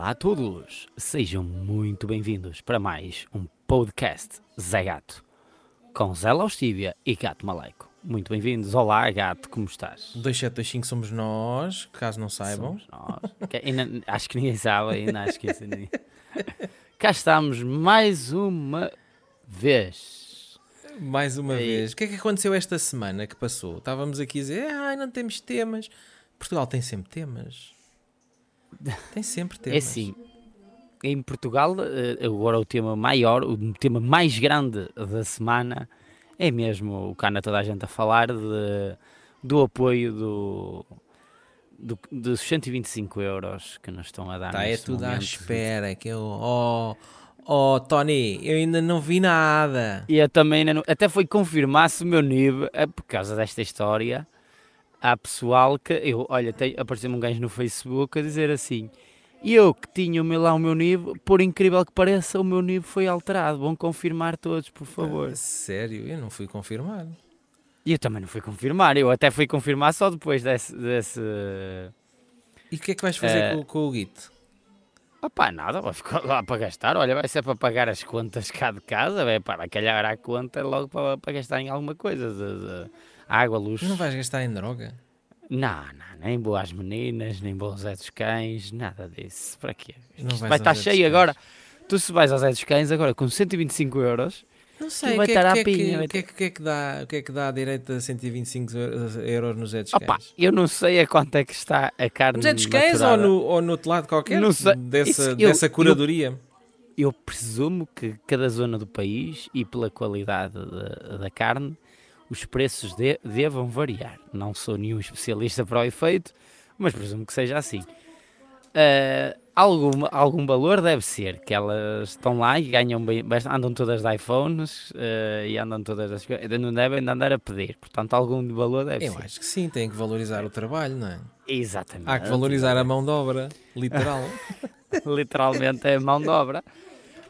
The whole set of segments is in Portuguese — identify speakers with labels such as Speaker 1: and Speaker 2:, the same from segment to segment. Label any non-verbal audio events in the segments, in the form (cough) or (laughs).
Speaker 1: a todos, sejam muito bem-vindos para mais um podcast Zé Gato, com Zé Laustíbia e Gato Malaico. Muito bem-vindos, olá Gato, como estás?
Speaker 2: 2725 somos nós, caso não saibam.
Speaker 1: Somos nós. Que ainda- acho que ninguém sabe, ainda acho que isso ninguém- (laughs) Cá estamos mais uma vez.
Speaker 2: Mais uma
Speaker 1: Ei.
Speaker 2: vez. O que é que aconteceu esta semana que passou? Estávamos aqui a dizer, "Ah, ai, não temos temas. Portugal tem
Speaker 1: (laughs)
Speaker 2: sempre temas. Tem sempre temas.
Speaker 1: É assim, em Portugal, eh, agora o tema maior, o tema mais grande da semana é mesmo o que anda toda a gente a falar de- do apoio do, do, dos 125 euros que nos estão a dar.
Speaker 2: Tá, é
Speaker 1: neste
Speaker 2: tudo à
Speaker 1: momento.
Speaker 2: espera. Que eu, oh, oh, Tony, eu ainda não vi nada.
Speaker 1: E eu também ainda não- até foi confirmar-se o meu nível eh, por causa desta história. Há pessoal que eu, olha, tem- apareceu-me um gajo no Facebook a dizer assim: eu que tinha o meu, lá o meu nível, por incrível que pareça, o meu nível foi alterado. Vão confirmar todos, por favor.
Speaker 2: Ah, Sério, eu não fui confirmado.
Speaker 1: E eu também não fui confirmar, eu até fui confirmar só depois desse. desse...
Speaker 2: E o que é que vais fazer
Speaker 1: Eh,
Speaker 2: com, com o Guito?
Speaker 1: Opá, nada, vai ficar lá para gastar. Olha, vai ser para pagar as contas cá de casa, vai para calhar a conta é logo para, para gastar em alguma coisa. de- de água, luz.
Speaker 2: Não vais gastar em droga?
Speaker 1: Não, não, nem vou às meninas, nem vou aos Zé dos Cães, nada disso. Para quê?
Speaker 2: Não
Speaker 1: Isto
Speaker 2: vais
Speaker 1: vai
Speaker 2: ao
Speaker 1: estar
Speaker 2: Zé dos
Speaker 1: cheio
Speaker 2: Cães.
Speaker 1: agora. Tu se vais aos Zé dos Cães agora com 125 euros,
Speaker 2: Não sei, o
Speaker 1: vai
Speaker 2: que, é,
Speaker 1: estar à
Speaker 2: que, é que-
Speaker 1: pinha, vai
Speaker 2: o que, é que- o que é que dá, o que é que dá direito a 125 eu- euros nos Edges
Speaker 1: opá, eu não sei a quanto é que está a carne
Speaker 2: Nos Edges Cães ou,
Speaker 1: maturada.
Speaker 2: no, ou no outro lado qualquer?
Speaker 1: Não sei,
Speaker 2: Dessa,
Speaker 1: isso eu-
Speaker 2: dessa
Speaker 1: eu-
Speaker 2: curadoria.
Speaker 1: Eu presumo que cada zona do país e pela qualidade da, da carne, os preços de- devam variar. Não sou nenhum especialista para o efeito, mas presumo que seja assim. Ah, algum, algum valor deve ser, que elas estão lá e ganham bem, bast- andam todas de iPhones ah, e andam todas das coisas, não devem de andar a pedir, portanto algum valor deve
Speaker 2: Eu
Speaker 1: ser.
Speaker 2: acho que sim, tem que valorizar o trabalho, não é?
Speaker 1: Exatamente.
Speaker 2: Há que valorizar a mão de obra, literal.
Speaker 1: (laughs) literalmente é mão de obra.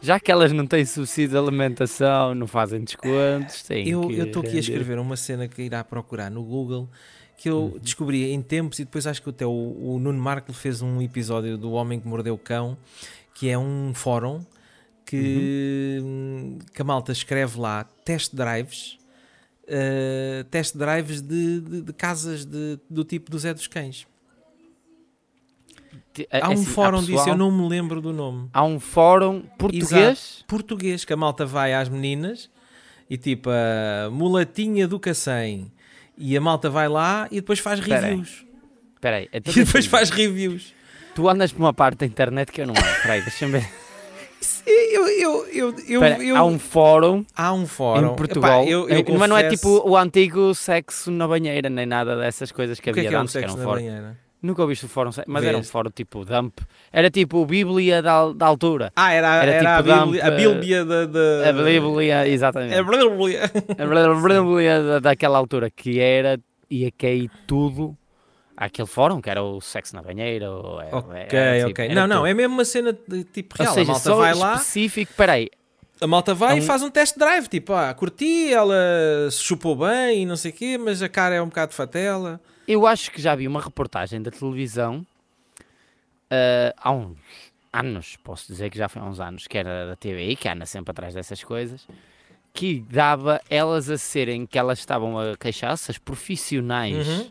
Speaker 1: Já que elas não têm subsídio de alimentação, não fazem descontos, têm
Speaker 2: eu
Speaker 1: que
Speaker 2: eu estou aqui a
Speaker 1: render.
Speaker 2: escrever uma cena que irá procurar no Google que eu
Speaker 1: Uhum.
Speaker 2: descobri em tempos e depois acho que até o, o Nuno Marco fez um episódio do Homem que Mordeu o Cão, que é um fórum que,
Speaker 1: Uhum.
Speaker 2: que a malta escreve lá test drives, eh, test drives de, de- de casas de- do tipo do Zé dos Cães.
Speaker 1: Te-
Speaker 2: Há um
Speaker 1: assim,
Speaker 2: fórum disso, eu
Speaker 1: pessoal-
Speaker 2: não me lembro do nome.
Speaker 1: Há um fórum português.
Speaker 2: português que a malta vai às meninas e tipo a mulatinha do cacém e a malta vai lá e depois faz
Speaker 1: Espera aí.
Speaker 2: (laughs) reviews
Speaker 1: Espera aí, então
Speaker 2: e depois
Speaker 1: deixa-me
Speaker 2: faz reviews
Speaker 1: ver. tu andas por uma parte da internet que eu não ando. Espera aí, deixa-me ver.
Speaker 2: Isso, eu, eu, eu, (laughs) eu,
Speaker 1: Espera,
Speaker 2: eu-
Speaker 1: há um fórum
Speaker 2: há um fórum
Speaker 1: em Portugal.
Speaker 2: Epá, eu- eu
Speaker 1: Eh, mas não é
Speaker 2: confesso-
Speaker 1: tipo o antigo sexo na banheira, nem nada dessas coisas que
Speaker 2: o que é
Speaker 1: havia
Speaker 2: que é um
Speaker 1: antes, que era
Speaker 2: sexo
Speaker 1: um
Speaker 2: na
Speaker 1: fórum.
Speaker 2: banheira
Speaker 1: Nunca ouviste o fórum, se- mas era um
Speaker 2: Vês.
Speaker 1: fórum tipo dump. Era tipo o Bíblia da, al- da altura.
Speaker 2: ah era,
Speaker 1: Era
Speaker 2: era, a,
Speaker 1: tipo dump,
Speaker 2: bíblia, a bíblia da, da É
Speaker 1: A
Speaker 2: (laughs)
Speaker 1: Bíblia, exatamente.
Speaker 2: a bíblia
Speaker 1: A verdadeira Bíblia da- é daquela altura que era, ia cair tudo àquele fórum, que era o sexo na banheira. Ou era,
Speaker 2: ok
Speaker 1: era tipo-
Speaker 2: ok
Speaker 1: era
Speaker 2: não não
Speaker 1: tudo.
Speaker 2: é mesmo uma cena de tipo real
Speaker 1: Ou seja,
Speaker 2: a malta
Speaker 1: só
Speaker 2: vai lá
Speaker 1: específico, peraí,
Speaker 2: A malta vai
Speaker 1: É um-
Speaker 2: e faz um test drive, tipo, ah, curti, ela se chupou bem e não sei o quê, mas a cara é um bocado fatela.
Speaker 1: eu acho que já vi uma reportagem da televisão ah, há uns anos, posso dizer que já foi há uns anos, que era da TVI, que anda sempre atrás dessas coisas, que dava elas a serem, que elas estavam a queixar-se, as profissionais
Speaker 2: Uhum.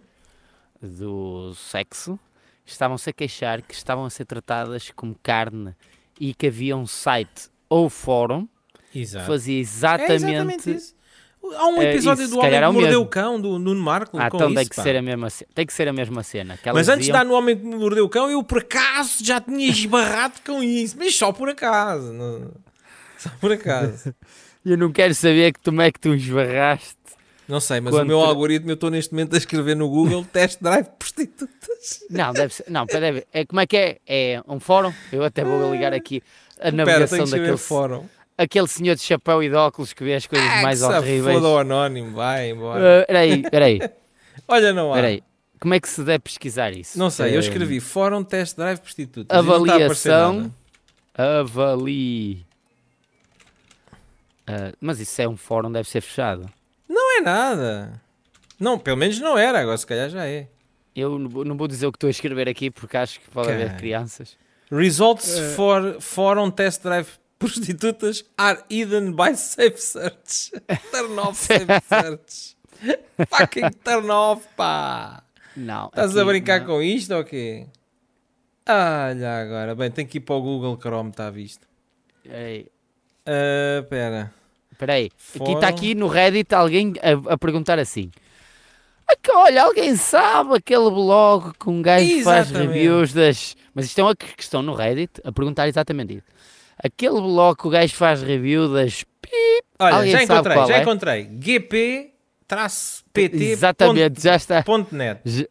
Speaker 1: do sexo estavam-se a queixar que estavam a ser tratadas como carne e que havia um site ou fórum que
Speaker 2: Exato.
Speaker 1: fazia
Speaker 2: É
Speaker 1: exatamente,
Speaker 2: exatamente isso. Há um
Speaker 1: É,
Speaker 2: episódio
Speaker 1: isso,
Speaker 2: do
Speaker 1: se calhar é
Speaker 2: Homem que
Speaker 1: o
Speaker 2: Mordeu
Speaker 1: mesmo.
Speaker 2: o Cão, do Nuno Marco,
Speaker 1: ah,
Speaker 2: com
Speaker 1: então
Speaker 2: isso,
Speaker 1: tem que,
Speaker 2: pá.
Speaker 1: ser a mesma ce- tem que ser a mesma cena que elas
Speaker 2: Mas antes de
Speaker 1: diziam-
Speaker 2: dar no Homem que Mordeu o Cão, eu por acaso já tinha esbarrado com isso, mas só por acaso. não- Só por acaso.
Speaker 1: eu não quero saber que como é que tu esbarraste
Speaker 2: Não sei, mas
Speaker 1: Quando
Speaker 2: o meu
Speaker 1: tra-
Speaker 2: algoritmo, eu estou neste momento a escrever no Google test drive prostitutas.
Speaker 1: não, deve ser, não, pera, aí, é, como é que é? é um fórum? eu até vou ligar aqui a
Speaker 2: Espera, Ah. tenho
Speaker 1: navegação
Speaker 2: que escrever
Speaker 1: daquele
Speaker 2: fórum.
Speaker 1: aquele senhor de chapéu e de óculos que vê as coisas
Speaker 2: Ah, que
Speaker 1: mais
Speaker 2: se
Speaker 1: horríveis
Speaker 2: Foda o anónimo, vai embora.
Speaker 1: Ah, peraí, peraí,
Speaker 2: Olha, não há.
Speaker 1: peraí como é que se deve pesquisar isso?
Speaker 2: Não sei, eu
Speaker 1: Ah,
Speaker 2: escrevi Fórum Test Drive Prostitutas. e não está a aparecer
Speaker 1: avaliação
Speaker 2: nada.
Speaker 1: avalie Ah, mas isso é um fórum deve ser fechado
Speaker 2: Não é nada. Não, pelo menos não era, agora se calhar já é.
Speaker 1: eu não vou- não vou dizer o que estou a escrever aqui porque acho que pode haver
Speaker 2: Ok.
Speaker 1: crianças
Speaker 2: Results for forum test drive prostitutas are hidden by safe
Speaker 1: (laughs)
Speaker 2: search. Turn off safe search. Fucking turn off, pá.
Speaker 1: Não.
Speaker 2: Estás a
Speaker 1: aqui
Speaker 2: brincar
Speaker 1: não.
Speaker 2: com isto ou quê? Olha agora. Bem, tenho que ir para o Google Chrome, está visto.
Speaker 1: Ei,
Speaker 2: Ah, pera.
Speaker 1: Espera aí. Aqui
Speaker 2: Foram.
Speaker 1: está aqui no Reddit alguém a, a perguntar assim. "Ah, que Olha, alguém sabe aquele blog que um gajo faz
Speaker 2: Exatamente.
Speaker 1: reviews das. Mas estão a que que estão no Reddit a perguntar exatamente isso. Aquele blog que o gajo faz review das. pip,
Speaker 2: Olha,
Speaker 1: Alguém
Speaker 2: já
Speaker 1: sabe
Speaker 2: encontrei,
Speaker 1: qual
Speaker 2: já
Speaker 1: é?
Speaker 2: encontrei. gp-pt.net.
Speaker 1: Exatamente, já está. j-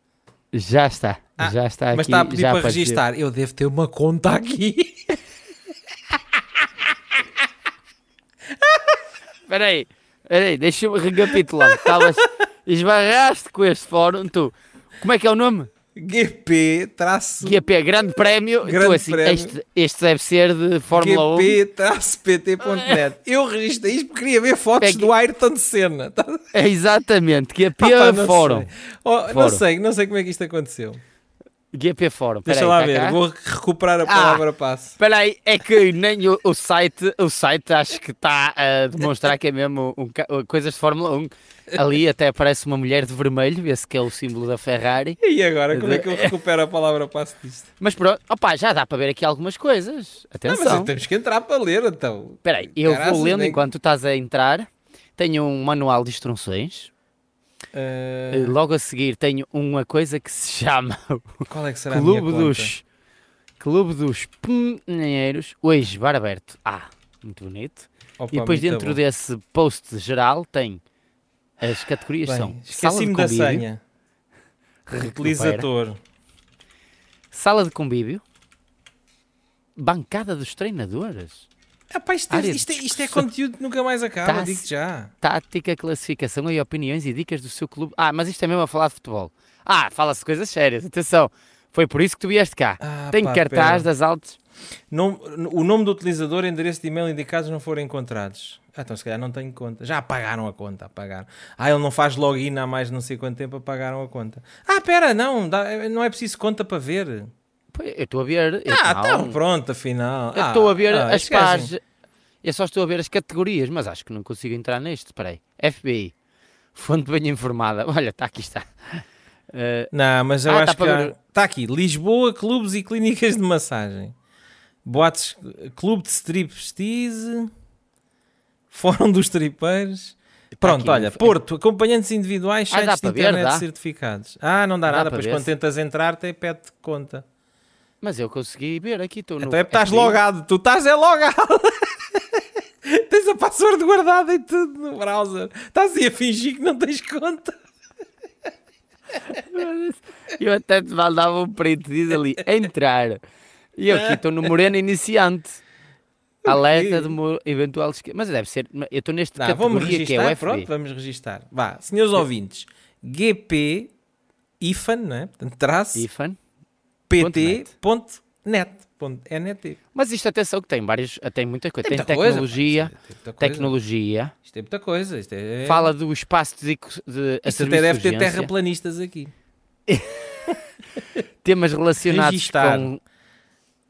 Speaker 1: Já está.
Speaker 2: Ah,
Speaker 1: já está aqui.
Speaker 2: Mas está a pedir
Speaker 1: já
Speaker 2: para
Speaker 1: apareceu.
Speaker 2: registar. Eu devo ter uma conta aqui. (laughs)
Speaker 1: Espera aí, espera aí, deixa-me recapitular.
Speaker 2: (laughs)
Speaker 1: Estavas. Esbarraste com este fórum, tu. Como é que é o nome?
Speaker 2: GP traço
Speaker 1: GP, é grande prémio.
Speaker 2: Grande
Speaker 1: tu assim,
Speaker 2: prémio. é
Speaker 1: Este, este deve ser de Fórmula 1.
Speaker 2: GP traço PT.net. Eu registrei isto porque queria ver fotos
Speaker 1: É que-
Speaker 2: do Ayrton Senna. (laughs) Tá-
Speaker 1: É, (laughs) Exatamente, GP
Speaker 2: Pá, não
Speaker 1: Fórum.
Speaker 2: sei. Oh, Não
Speaker 1: Fórum.
Speaker 2: sei, não sei como é que isto aconteceu.
Speaker 1: GP Fórum.
Speaker 2: Deixa
Speaker 1: Peraí,
Speaker 2: lá
Speaker 1: tá
Speaker 2: ver,
Speaker 1: cá? Ah.
Speaker 2: vou recuperar a palavra passe.
Speaker 1: Espera aí, é que nem o, o site, o site acho que está a demonstrar que é mesmo um ca- coisas de Fórmula 1. Ali até aparece uma mulher de vermelho, esse que é o símbolo da Ferrari.
Speaker 2: E agora, como é que eu recupero a palavra passe disto?
Speaker 1: Mas pronto, opa, já dá para ver aqui algumas coisas.
Speaker 2: Não, mas
Speaker 1: Atenção.
Speaker 2: temos que entrar para ler, então.
Speaker 1: Espera aí, eu
Speaker 2: Caraças,
Speaker 1: vou lendo
Speaker 2: nem-
Speaker 1: enquanto tu estás a entrar. Tenho um manual de instruções.
Speaker 2: Ah,
Speaker 1: Eh, Logo a seguir tenho uma coisa que se chama (laughs)
Speaker 2: qual é que será a minha
Speaker 1: Clube
Speaker 2: conta?
Speaker 1: dos Clube dos Pinheiros, hoje bar aberto. Ah, muito bonito.
Speaker 2: Opa,
Speaker 1: e depois
Speaker 2: muito
Speaker 1: dentro
Speaker 2: bom.
Speaker 1: desse post geral tem as categorias são
Speaker 2: Bem,
Speaker 1: sala de
Speaker 2: Esqueci-me da
Speaker 1: convívio,
Speaker 2: senha. Utilizador.
Speaker 1: sala de convívio, bancada dos treinadores,
Speaker 2: Ah, pá, isto,
Speaker 1: Área de
Speaker 2: isto é- isto é
Speaker 1: discussão. Tá
Speaker 2: conteúdo que nunca mais acaba,
Speaker 1: Tá-se-
Speaker 2: digo já.
Speaker 1: tática, classificação e opiniões e dicas do seu clube. Ah, mas isto é mesmo a falar de futebol. Ah, fala-se coisas sérias, atenção. Foi por isso que tu vieste cá.
Speaker 2: Ah,
Speaker 1: tem
Speaker 2: pá,
Speaker 1: cartaz
Speaker 2: pera.
Speaker 1: das altas.
Speaker 2: Nom- o nome do utilizador e endereço de e-mail indicados não foram encontrados. Ah, então se calhar não tenho conta. Já apagaram a conta, apagaram. Ah, ele não faz login há mais não sei quanto tempo, apagaram a conta. Ah, pera, não, dá- não é preciso conta para ver.
Speaker 1: Pô, Eu estou a ver. eu-
Speaker 2: Ah,
Speaker 1: não.
Speaker 2: então pronto, afinal.
Speaker 1: Eu
Speaker 2: Ah,
Speaker 1: estou a ver
Speaker 2: ah,
Speaker 1: as
Speaker 2: esquecem.
Speaker 1: páginas. Eu só estou a ver as categorias, mas acho que não consigo entrar neste. Espera aí. FBI. Fonte bem informada. Olha, está aqui está. Eh,
Speaker 2: Não, mas eu
Speaker 1: Ah,
Speaker 2: acho
Speaker 1: tá
Speaker 2: que
Speaker 1: para
Speaker 2: há-
Speaker 1: ver.
Speaker 2: tá aqui. Lisboa, clubes e clínicas de massagem. Boates, clube de striptease, fórum dos tripeiros. Pronto,
Speaker 1: Tá aqui,
Speaker 2: olha,
Speaker 1: não-
Speaker 2: Porto, acompanhantes individuais,
Speaker 1: Ah, dá
Speaker 2: sites de
Speaker 1: para ver,
Speaker 2: internet
Speaker 1: dá.
Speaker 2: certificados. Ah, não dá,
Speaker 1: Dá
Speaker 2: nada,
Speaker 1: para
Speaker 2: pois
Speaker 1: ver
Speaker 2: quando
Speaker 1: se-
Speaker 2: tentas entrar, até pede conta.
Speaker 1: mas eu consegui ver aqui. Estou no
Speaker 2: Então é porque estás
Speaker 1: FBI.
Speaker 2: logado, tu estás é logado. (laughs) tens a password guardada e tudo no browser. Estás aí a fingir que não tens conta.
Speaker 1: Eu até te mandava um print, diz ali, entrar. E eu aqui estou no Moreno
Speaker 2: (laughs)
Speaker 1: Iniciante. Alerta de mo- eventual esque- Mas deve ser. Eu estou neste
Speaker 2: Tá, vamos
Speaker 1: categoria que é o FBI.
Speaker 2: registar, pronto, vamos registar. Vá, senhores ouvintes, GP IFAN, né? Portanto, traço
Speaker 1: Ifan.
Speaker 2: pt.net. ponto NET.
Speaker 1: Mas isto atenção que tem vários. Tem muita coisa. Tem,
Speaker 2: muita coisa, pá,
Speaker 1: tecnologia.
Speaker 2: isto é- tem muita coisa.
Speaker 1: tecnologia.
Speaker 2: Isto é muita coisa. Isto, é...
Speaker 1: fala do espaço de, de a
Speaker 2: isto
Speaker 1: serviço
Speaker 2: até deve
Speaker 1: de
Speaker 2: ter
Speaker 1: urgência,
Speaker 2: terraplanistas aqui.
Speaker 1: temas relacionados
Speaker 2: Registar. é
Speaker 1: com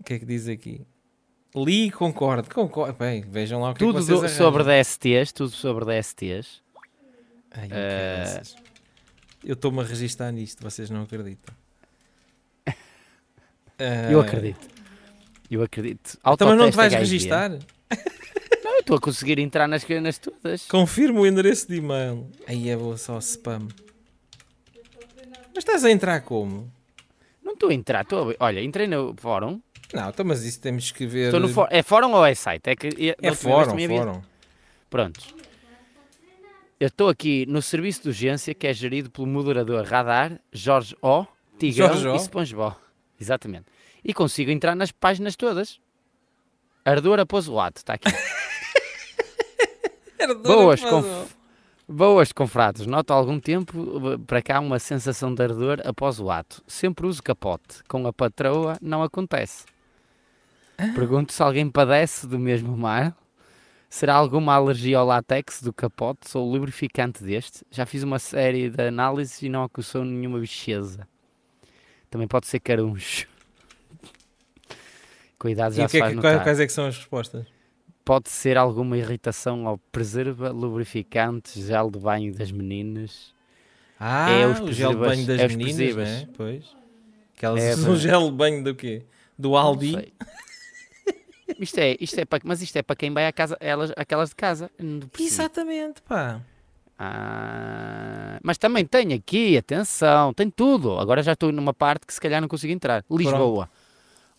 Speaker 2: O que é que diz aqui? Li e concordo. concordo. Bem, vejam lá o que é
Speaker 1: tudo
Speaker 2: que
Speaker 1: do-
Speaker 2: vocês arranjam.
Speaker 1: sobre DSTs, tudo sobre DSTs.
Speaker 2: Ai,
Speaker 1: Eh,
Speaker 2: caraças. Eu estou-me a registar nisto, vocês não acreditam.
Speaker 1: (laughs) Eu
Speaker 2: Ah,
Speaker 1: acredito. Eu acredito.
Speaker 2: Então, mas não te
Speaker 1: Autoteste
Speaker 2: vais
Speaker 1: HIV.
Speaker 2: registar?
Speaker 1: Não, Ah, eu estou a conseguir entrar nas canas todas.
Speaker 2: Confirma o endereço de e-mail. Aí é vou só spam. Mas estás a entrar como?
Speaker 1: Não estou a entrar, estou a... ver- Olha, entrei no fórum.
Speaker 2: Não, então, mas isso temos que ver.
Speaker 1: Estou no fó- É fórum ou é site? É, que, é, da
Speaker 2: É
Speaker 1: última vez
Speaker 2: fórum,
Speaker 1: também havia-
Speaker 2: fórum.
Speaker 1: Pronto. Eu estou aqui no serviço de urgência que é gerido pelo moderador Radar, Jorge O, Tigrão
Speaker 2: Jorge O.
Speaker 1: e SpongeBob. Exatamente. E consigo entrar nas páginas todas. Ardor após o ato, está aqui. Boas, conf... Boas, confrados. Noto há algum tempo eh, para cá uma sensação de ardor após o ato. Sempre uso capote. Com a patroa não acontece.
Speaker 2: Ah.
Speaker 1: Pergunto se alguém padece do mesmo mal. Será alguma alergia ao látex do capote ou ao lubrificante deste? Já fiz uma série de análises e não acusou nenhuma bicheza. Também pode ser caruncho. (laughs) Cuidado,
Speaker 2: E
Speaker 1: já
Speaker 2: o que
Speaker 1: se
Speaker 2: é
Speaker 1: faz
Speaker 2: que,
Speaker 1: notar.
Speaker 2: quais, quais é que são as respostas?
Speaker 1: Pode ser alguma irritação ao preserva, lubrificante, gel de banho das meninas.
Speaker 2: Ah,
Speaker 1: É os
Speaker 2: o gel de banho
Speaker 1: preservas-
Speaker 2: das
Speaker 1: é os
Speaker 2: meninas,
Speaker 1: preservas.
Speaker 2: né? Pois. Que elas
Speaker 1: É,
Speaker 2: usam
Speaker 1: mas-
Speaker 2: gel de banho do quê? Do
Speaker 1: Não
Speaker 2: Aldi?
Speaker 1: sei. Isto é, isto é para, mas isto é para quem vai à casa, elas, aquelas de casa. não percebi.
Speaker 2: Exatamente, pá.
Speaker 1: Ah, mas também tem aqui, atenção, tem tudo. Agora já estou numa parte que se calhar não consigo entrar. Lisboa.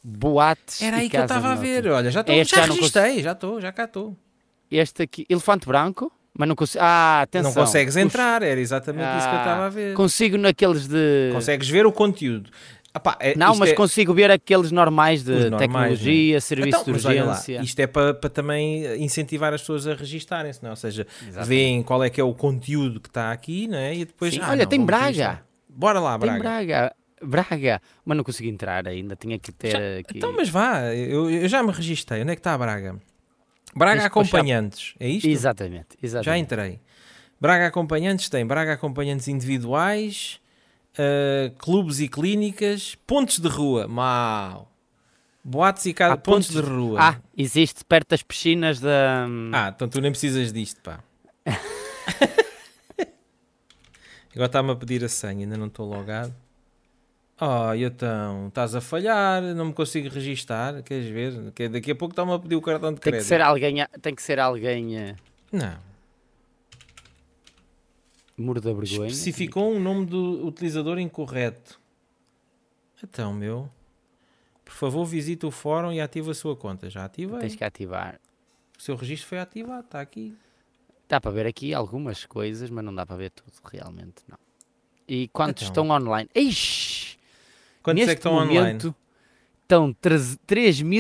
Speaker 1: Boates.
Speaker 2: Era
Speaker 1: e
Speaker 2: aí que eu
Speaker 1: casas
Speaker 2: estava a
Speaker 1: noturnas.
Speaker 2: ver. Olha, já, tô,
Speaker 1: É, este
Speaker 2: já
Speaker 1: já não
Speaker 2: registrei, já estou, já cá estou.
Speaker 1: Este aqui, elefante branco, mas não consigo. Ah, atenção.
Speaker 2: Não consegues
Speaker 1: Os-
Speaker 2: entrar, era exatamente isso que eu
Speaker 1: Ah,
Speaker 2: estava a ver.
Speaker 1: Consigo naqueles de.
Speaker 2: Consegues ver o conteúdo. Ah, pá, é-
Speaker 1: Ah. Não,
Speaker 2: isto
Speaker 1: mas
Speaker 2: é-
Speaker 1: consigo ver aqueles normais de
Speaker 2: Os normais, é?
Speaker 1: tecnologia, serviço
Speaker 2: Então,
Speaker 1: de
Speaker 2: mas olha lá,
Speaker 1: urgência.
Speaker 2: isto é para, para também incentivar as pessoas a registarem-se, não é? Ou seja,
Speaker 1: Exatamente.
Speaker 2: veem qual é que é o conteúdo que está aqui, não é? E depois.
Speaker 1: Sim,
Speaker 2: ah,
Speaker 1: olha,
Speaker 2: não,
Speaker 1: tem
Speaker 2: vamos
Speaker 1: Braga.
Speaker 2: registar. Bora lá,
Speaker 1: Tem
Speaker 2: é Braga.
Speaker 1: Braga. Braga, mas não consigo entrar ainda, tinha que ter
Speaker 2: Já-
Speaker 1: aqui.
Speaker 2: Então, mas vá, eu, eu já me registrei. Onde é que está a Braga? Braga
Speaker 1: Tens que puxar-
Speaker 2: Acompanhantes, é isto?
Speaker 1: Exatamente,
Speaker 2: Já
Speaker 1: exatamente.
Speaker 2: entrei. Braga Acompanhantes tem Braga Acompanhantes individuais, ah, clubes e clínicas, pontos de rua, mau. Boates e casa,
Speaker 1: Há
Speaker 2: pontos,
Speaker 1: pontos-
Speaker 2: de rua.
Speaker 1: Ah, existe perto das piscinas da. hum,
Speaker 2: Ah, então tu nem precisas disto, pá. Agora está-me a pedir a senha, ainda não estou logado. Oh, então, estás a falhar, não me consigo registar, queres ver? Que Daqui a pouco está-me a pedir o cartão de
Speaker 1: tem, que
Speaker 2: crédito.
Speaker 1: ser alguém, a- tem que ser alguém eh,
Speaker 2: Não,
Speaker 1: muro da vergonha.
Speaker 2: especificou um nome do utilizador incorreto. Então, meu, por favor visite o fórum e ative a sua conta. Já ativei,
Speaker 1: Tens que ativar.
Speaker 2: o seu registro foi ativado, está aqui.
Speaker 1: Dá para ver aqui algumas coisas, mas não dá para ver tudo, realmente não. E quantos
Speaker 2: Então.
Speaker 1: estão online? Ixi!
Speaker 2: Quantos
Speaker 1: neste
Speaker 2: é que estão online?
Speaker 1: momento, Estão treze-
Speaker 2: Não estão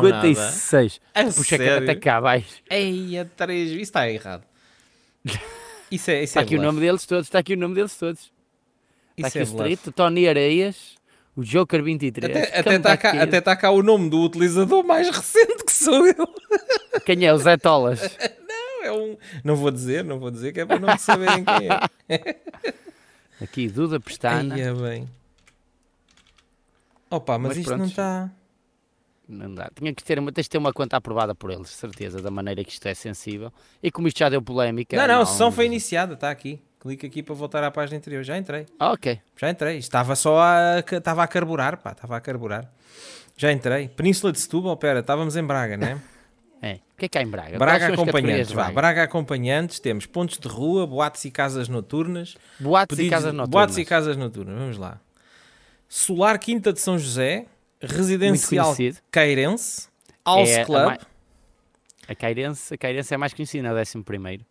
Speaker 2: nada.
Speaker 1: 3.256.
Speaker 2: A
Speaker 1: Puxa, que é até cá abaixo.
Speaker 2: Ei, a 3, isso está errado. Isso é, isso
Speaker 1: Está
Speaker 2: é
Speaker 1: Tá aqui o
Speaker 2: bluff.
Speaker 1: nome deles todos, está aqui o nome deles todos. Está
Speaker 2: Isso
Speaker 1: aqui
Speaker 2: é
Speaker 1: o
Speaker 2: bluff.
Speaker 1: Street, o Tony Areias, o Joker 23.
Speaker 2: Até- Até está cá,
Speaker 1: Comeback
Speaker 2: até tá cá o nome do utilizador mais (laughs) recente que sou eu. tá-
Speaker 1: Kid. Quem é? O Zé
Speaker 2: (laughs)
Speaker 1: Tolas.
Speaker 2: Não, é um- não vou dizer, não vou dizer que é para não saberem quem é.
Speaker 1: Aqui, Duda Pestana.
Speaker 2: Ai, é bem. Opa, mas,
Speaker 1: né? Mas
Speaker 2: isto
Speaker 1: pronto,
Speaker 2: não tá. está.
Speaker 1: Não dá. Tinha que ter uma, tens de ter uma conta aprovada por eles, de certeza, da maneira que isto é sensível. E como isto já deu polémica.
Speaker 2: Não, não, a
Speaker 1: há
Speaker 2: sessão
Speaker 1: uns-
Speaker 2: foi iniciada, está aqui. Clica aqui para voltar à página anterior. Já entrei,
Speaker 1: Ah, ok.
Speaker 2: já entrei. Estava só a, ca- estava a carburar, pá, estava a carburar. Já entrei. Península de Setúbal, pera, estávamos em Braga, não é?
Speaker 1: É. O que é que há em Braga? Quais
Speaker 2: Braga
Speaker 1: são as categorias
Speaker 2: acompanhantes,
Speaker 1: de
Speaker 2: vá. Braga acompanhantes, temos pontos de rua, boates e casas noturnas.
Speaker 1: Boates e
Speaker 2: pedidos-
Speaker 1: casas noturnas.
Speaker 2: Boates e casas noturnas, vamos lá. Solar Quinta de São José, Residencial
Speaker 1: Muito conhecido.
Speaker 2: Cairense, House
Speaker 1: É a
Speaker 2: Club.
Speaker 1: mai- A Cairense, a Cairense é mais conhecida, é o décimo primeiro.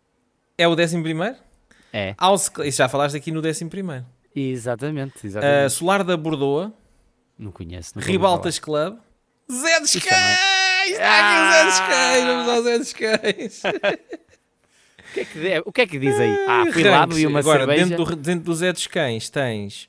Speaker 2: É o décimo primeiro?
Speaker 1: É,
Speaker 2: House Club, isso já falaste aqui no décimo primeiro.
Speaker 1: exatamente,
Speaker 2: Ah,
Speaker 1: exatamente.
Speaker 2: Solar da Bordoa, Eh,
Speaker 1: não conheço. Não
Speaker 2: Ribaltas Club, Zé dos
Speaker 1: Isso
Speaker 2: Cães!
Speaker 1: também. Ah!
Speaker 2: Está aqui o Zé dos Cães, vamos ao Zé dos Cães.
Speaker 1: O que, é que de- o que é que diz aí? Ah, fui lá,
Speaker 2: Ranks.
Speaker 1: bebi uma
Speaker 2: Eh, Agora,
Speaker 1: cerveja.
Speaker 2: Dentro do, dentro do Zé dos Cães tens,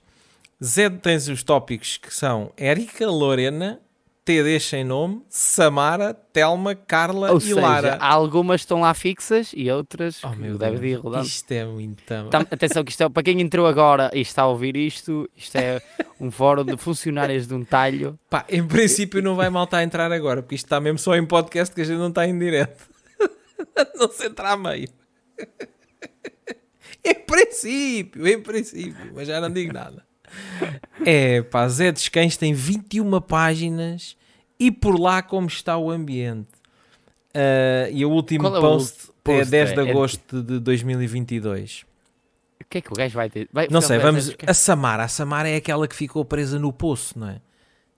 Speaker 2: Zé, tens os tópicos que são Érica, Lorena, TD sem nome, Samara, Telma, Carla
Speaker 1: Ou
Speaker 2: e
Speaker 1: seja,
Speaker 2: Lara.
Speaker 1: há algumas que estão lá fixas e outras
Speaker 2: Oh,
Speaker 1: que
Speaker 2: meu
Speaker 1: deve
Speaker 2: Deus.
Speaker 1: de ir rodando.
Speaker 2: Isto é muito...
Speaker 1: Tam- Atenção que isto é, para quem entrou agora e está a ouvir isto, isto é um fórum de funcionários de um talho.
Speaker 2: Pá, em princípio não vai malta a entrar agora, porque isto está mesmo só em podcast que a gente não está em direto. (laughs) não se entrar a meio. (laughs) em princípio, em princípio, mas já não digo nada. É, pá, Zé dos Cães tem 21 páginas e por lá como está o ambiente. Ah, e o último
Speaker 1: Qual é o
Speaker 2: post, é
Speaker 1: post?
Speaker 2: 10 de
Speaker 1: É- é-
Speaker 2: agosto de 2022.
Speaker 1: O que é que o gajo vai ter? Vai-
Speaker 2: Não sei,
Speaker 1: vai-
Speaker 2: vamos.
Speaker 1: vai-
Speaker 2: A Samara, a Samara é aquela que ficou presa no poço, não é?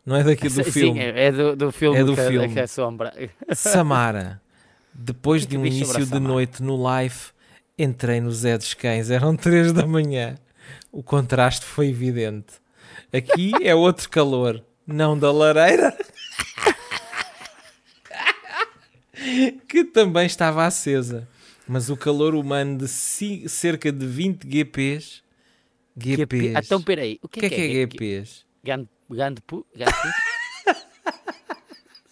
Speaker 2: Não é daqui do
Speaker 1: Sim,
Speaker 2: filme.
Speaker 1: é é do, do filme.
Speaker 2: É do
Speaker 1: que,
Speaker 2: filme.
Speaker 1: que a sombra.
Speaker 2: Samara, depois
Speaker 1: que
Speaker 2: de um
Speaker 1: diz sobre a
Speaker 2: início de
Speaker 1: Samara?
Speaker 2: noite no live, entrei no Zé dos Cães, eram 3 da manhã. O contraste foi evidente. Aqui é outro calor, não da lareira, (laughs) que também estava acesa, mas o calor humano de ci- cerca de 20 GPs. GPs.
Speaker 1: Ah, Então, peraí, o
Speaker 2: o
Speaker 1: que,
Speaker 2: que é que é
Speaker 1: G-
Speaker 2: GPs?
Speaker 1: Gando, gando, pu- gando puta?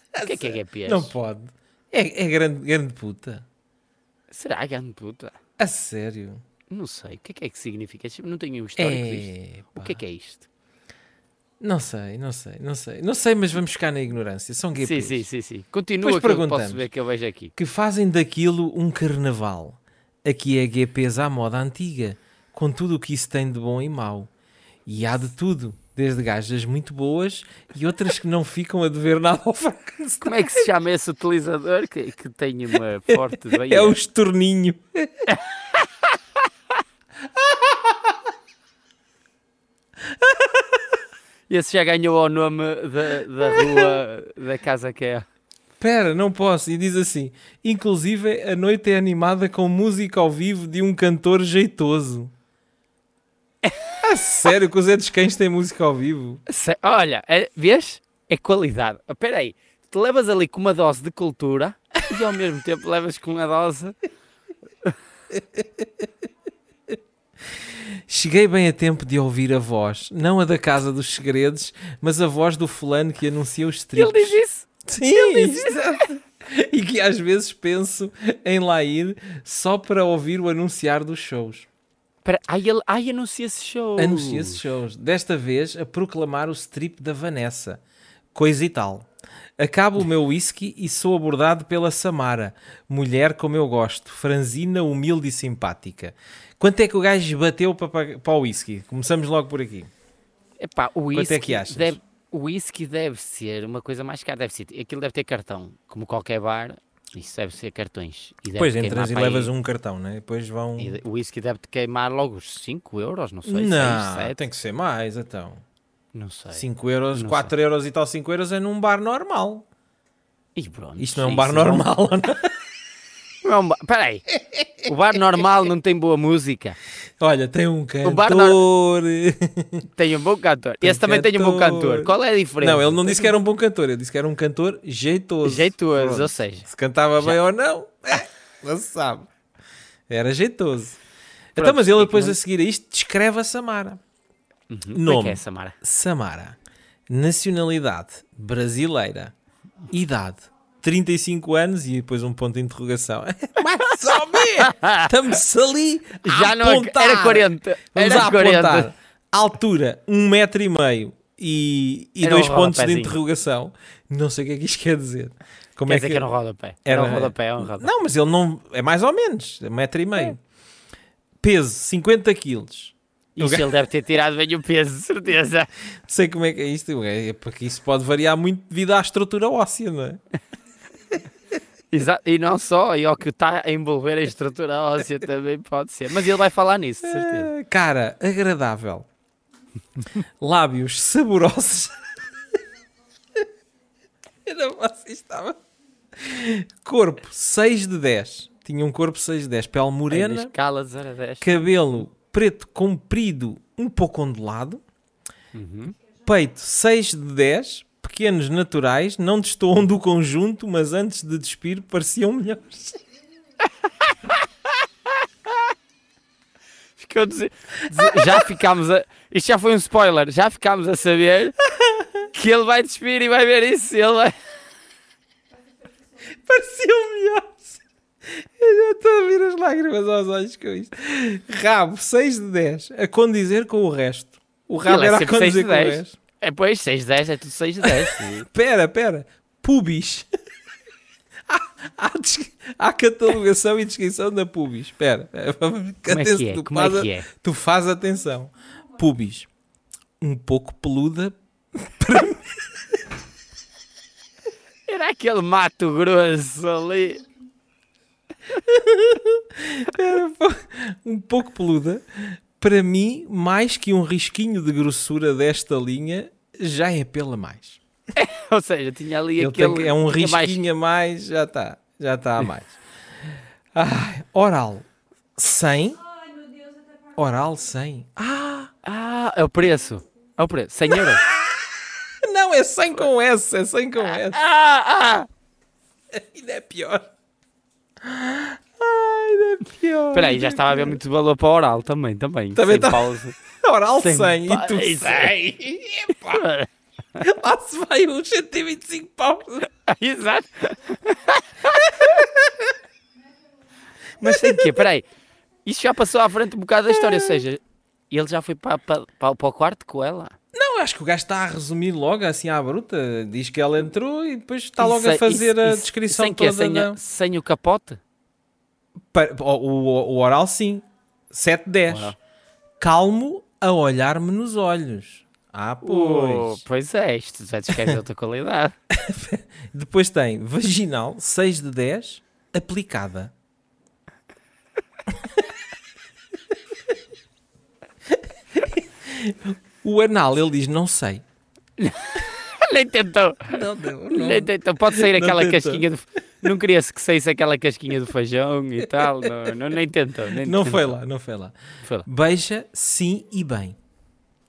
Speaker 1: O que é que
Speaker 2: (laughs)
Speaker 1: é GPs?
Speaker 2: Não pode. É, é grande, grande puta.
Speaker 1: Será gando puta?
Speaker 2: A sério.
Speaker 1: É, Não sei. O que é que é que significa? Não tenho o histórico disto.
Speaker 2: É,
Speaker 1: O que é que é isto?
Speaker 2: Não sei, não sei, não sei. Não sei, mas vamos ficar na ignorância. São GPs.
Speaker 1: Sim, sim, sim, sim. Continua
Speaker 2: Depois
Speaker 1: que eu
Speaker 2: perguntamos.
Speaker 1: posso ver que eu vejo aqui.
Speaker 2: Que fazem daquilo um carnaval. Aqui é GPs à moda antiga, com tudo o que isso tem de bom e mau. E há de tudo, desde gajas muito boas e outras que não ficam a dever nada ao Frankenstein.
Speaker 1: Como é que se chama esse utilizador que, que tem (laughs) uma forte veia?
Speaker 2: É o estorninho.
Speaker 1: É, Esse já ganhou ao nome da, da (laughs) rua da casa que é.
Speaker 2: Pera, não posso. E diz assim: inclusive a noite é animada com música ao vivo de um cantor jeitoso. (laughs) A sério que os Zé dos Cães têm música ao vivo?
Speaker 1: Se- Olha, é- vês? É qualidade. Espera aí, te levas ali com uma dose de cultura e ao mesmo tempo levas com uma dose.
Speaker 2: Cheguei bem a tempo de ouvir a voz, não a da Casa dos Segredos, mas a voz do fulano que anuncia os
Speaker 1: Ele
Speaker 2: tricos.
Speaker 1: diz isso.
Speaker 2: Sim, exato. E que às vezes penso em lá ir só para ouvir o anunciar dos shows.
Speaker 1: Espera, ai, ele, ai, anuncia esse show.
Speaker 2: Anuncia-se shows. Desta vez a proclamar o strip da Vanessa. Coisa e tal. Acabo o meu whisky e sou abordado pela Samara, mulher como eu gosto, franzina, humilde e simpática. Quanto é que o gajo bateu para, pa- para o whisky? Começamos logo por aqui.
Speaker 1: Epá, o
Speaker 2: é
Speaker 1: whisky
Speaker 2: que achas?
Speaker 1: Deve, o whisky deve ser uma coisa mais cara. Deve ser, aquilo deve ter cartão. Como qualquer bar, isso deve ser cartões. E deve
Speaker 2: Depois
Speaker 1: queimar
Speaker 2: entras e
Speaker 1: É para aí-
Speaker 2: levas um cartão, né? Depois vão.
Speaker 1: e de- o whisky deve-te queimar logo os 5 euros, não sei, 6,
Speaker 2: Não,
Speaker 1: 7,
Speaker 2: tem que ser mais então.
Speaker 1: não sei.
Speaker 2: 5 euros,
Speaker 1: Não
Speaker 2: 4 euros e tal, 5 euros é num bar normal.
Speaker 1: E pronto,
Speaker 2: Isto não é um
Speaker 1: isso
Speaker 2: bar normal, (laughs) não é?
Speaker 1: Não é um bar- Espera aí, o bar normal não tem boa música,
Speaker 2: Olha, tem um cantor.
Speaker 1: bar nor- tem um bom cantor. Esse também tem um bom cantor.
Speaker 2: cantor.
Speaker 1: Qual é a diferença?
Speaker 2: Não, ele não disse que era um bom cantor, ele disse que era um cantor jeitoso.
Speaker 1: Jeitoso,
Speaker 2: Pronto.
Speaker 1: ou seja,
Speaker 2: Se cantava bem ou não,
Speaker 1: (laughs)
Speaker 2: não se sabe. Era jeitoso. então, mas ele
Speaker 1: e que
Speaker 2: depois
Speaker 1: não-
Speaker 2: a seguir a isto descreve a Samara.
Speaker 1: Como é
Speaker 2: Nome.
Speaker 1: que é, Samara?
Speaker 2: Samara, nacionalidade brasileira, idade 35 anos e depois um ponto de interrogação. (laughs) Mas ou menos, estamos ali a
Speaker 1: (laughs) Já não
Speaker 2: apontar.
Speaker 1: era 40.
Speaker 2: Vamos
Speaker 1: era
Speaker 2: a
Speaker 1: 40.
Speaker 2: apontar. Altura, um metro e meio e, e
Speaker 1: Era um
Speaker 2: dois pontos de
Speaker 1: rapazinho.
Speaker 2: interrogação. Não sei o que é que isto quer dizer. Como
Speaker 1: Quer
Speaker 2: é
Speaker 1: dizer que era um rodapé. Era,
Speaker 2: era-
Speaker 1: um rodapé, é um rodapé.
Speaker 2: Não, mas ele não... É mais ou menos, é um metro e meio. Peso, 50 quilos. O
Speaker 1: Isso
Speaker 2: gajo-
Speaker 1: ele deve ter tirado bem o peso, de certeza.
Speaker 2: sei como é que é isto, é porque isso pode variar muito devido à estrutura óssea, não é?
Speaker 1: Exa- E não só, e ao que está a envolver a estrutura óssea também pode ser. Mas ele vai falar nisso, de certeza.
Speaker 2: Ah, Cara, agradável. (laughs) Lábios saborosos. (laughs) Eu não faço isto, estava. Corpo 6 de 10. Tinha um corpo 6 de 10. Pele
Speaker 1: Aí Na
Speaker 2: morena,
Speaker 1: escala de 0 a 10.
Speaker 2: cabelo preto comprido, um pouco ondulado.
Speaker 1: Uhum.
Speaker 2: Peito 6 de 10. Pequenos naturais, não destoam do conjunto, mas antes de despir pareciam melhores.
Speaker 1: Ficou dizer- dizer- Já ficámos a. Isto já foi um spoiler. Já ficámos a saber que ele vai despir e vai ver isso. Ele vai.
Speaker 2: Pareciam melhores. um Eu já estou a vir as lágrimas aos olhos com isto. Rabo, 6 de 10. A condizer com o resto. O rabo
Speaker 1: Ele é
Speaker 2: era a
Speaker 1: sempre 6 de
Speaker 2: condizer com o
Speaker 1: 10.
Speaker 2: resto.
Speaker 1: É, pois, 6 de 10 é tudo 6 de 10.
Speaker 2: (laughs)
Speaker 1: sim.
Speaker 2: Pera, pera. Pubis. (laughs) há, há des- há catalogação e descrição da pubis. Pera.
Speaker 1: Como é que é?
Speaker 2: Tu
Speaker 1: Como é
Speaker 2: faz-
Speaker 1: que é?
Speaker 2: Tu faz atenção. Pubis. Um pouco peluda.
Speaker 1: Era aquele mato grosso ali.
Speaker 2: Um pouco peluda. Para mim, mais que um risquinho de grossura desta linha, já é pela mais.
Speaker 1: Ou seja, tinha ali
Speaker 2: Ele tem
Speaker 1: aquele.
Speaker 2: que- é um
Speaker 1: tinha mais-
Speaker 2: risquinho a mais, já está, já está
Speaker 1: (laughs)
Speaker 2: a mais. Ai, oral 100. Oral 100. Ah,
Speaker 1: Ah, é o preço. É o preço. 100 euros.
Speaker 2: não, é 100 com S, é 100 com
Speaker 1: (laughs)
Speaker 2: S.
Speaker 1: (laughs) ah, ah!
Speaker 2: Ainda é pior. Ai, ainda é pior.
Speaker 1: Espera aí, já estava a haver muito valor para o oral também, também.
Speaker 2: Também
Speaker 1: sem
Speaker 2: tá- (laughs)
Speaker 1: pausa.
Speaker 2: Oral 100,
Speaker 1: sem
Speaker 2: e tu
Speaker 1: pa-
Speaker 2: 100. Epá, lá se vai um uns 125 paus.
Speaker 1: (laughs) Exato. (laughs) Mas tem que, espera aí. Isto já passou à frente um bocado da história, ou seja, ele já foi para, para, para, para o quarto com ela.
Speaker 2: Não, acho que o gajo está a resumir logo, assim à bruta. Diz que ela entrou e depois está Tá logo
Speaker 1: Isso- é-
Speaker 2: a fazer
Speaker 1: isso-
Speaker 2: a
Speaker 1: isso-
Speaker 2: descrição
Speaker 1: sem quê?
Speaker 2: toda.
Speaker 1: sem, a-
Speaker 2: da-
Speaker 1: sem o capote?
Speaker 2: Pa- o, o- o oral, sim. 7-10.
Speaker 1: Oral.
Speaker 2: Calmo a olhar-me nos olhos. Ah,
Speaker 1: Oh,
Speaker 2: pois.
Speaker 1: pois é, isto já descreve outra qualidade. (laughs)
Speaker 2: Depois tem vaginal, 6 de 10, aplicada. o anal, ele diz, não sei.
Speaker 1: Nem tentou.
Speaker 2: Não, não,
Speaker 1: Nem tentou. Pode sair
Speaker 2: Não
Speaker 1: aquela
Speaker 2: tentou.
Speaker 1: casquinha do. Não queria-se que saísse aquela casquinha do feijão e tal. Não, não, nem tentou. Nem tentou.
Speaker 2: foi lá, não foi lá.
Speaker 1: Foi lá.
Speaker 2: Beija, sim e bem.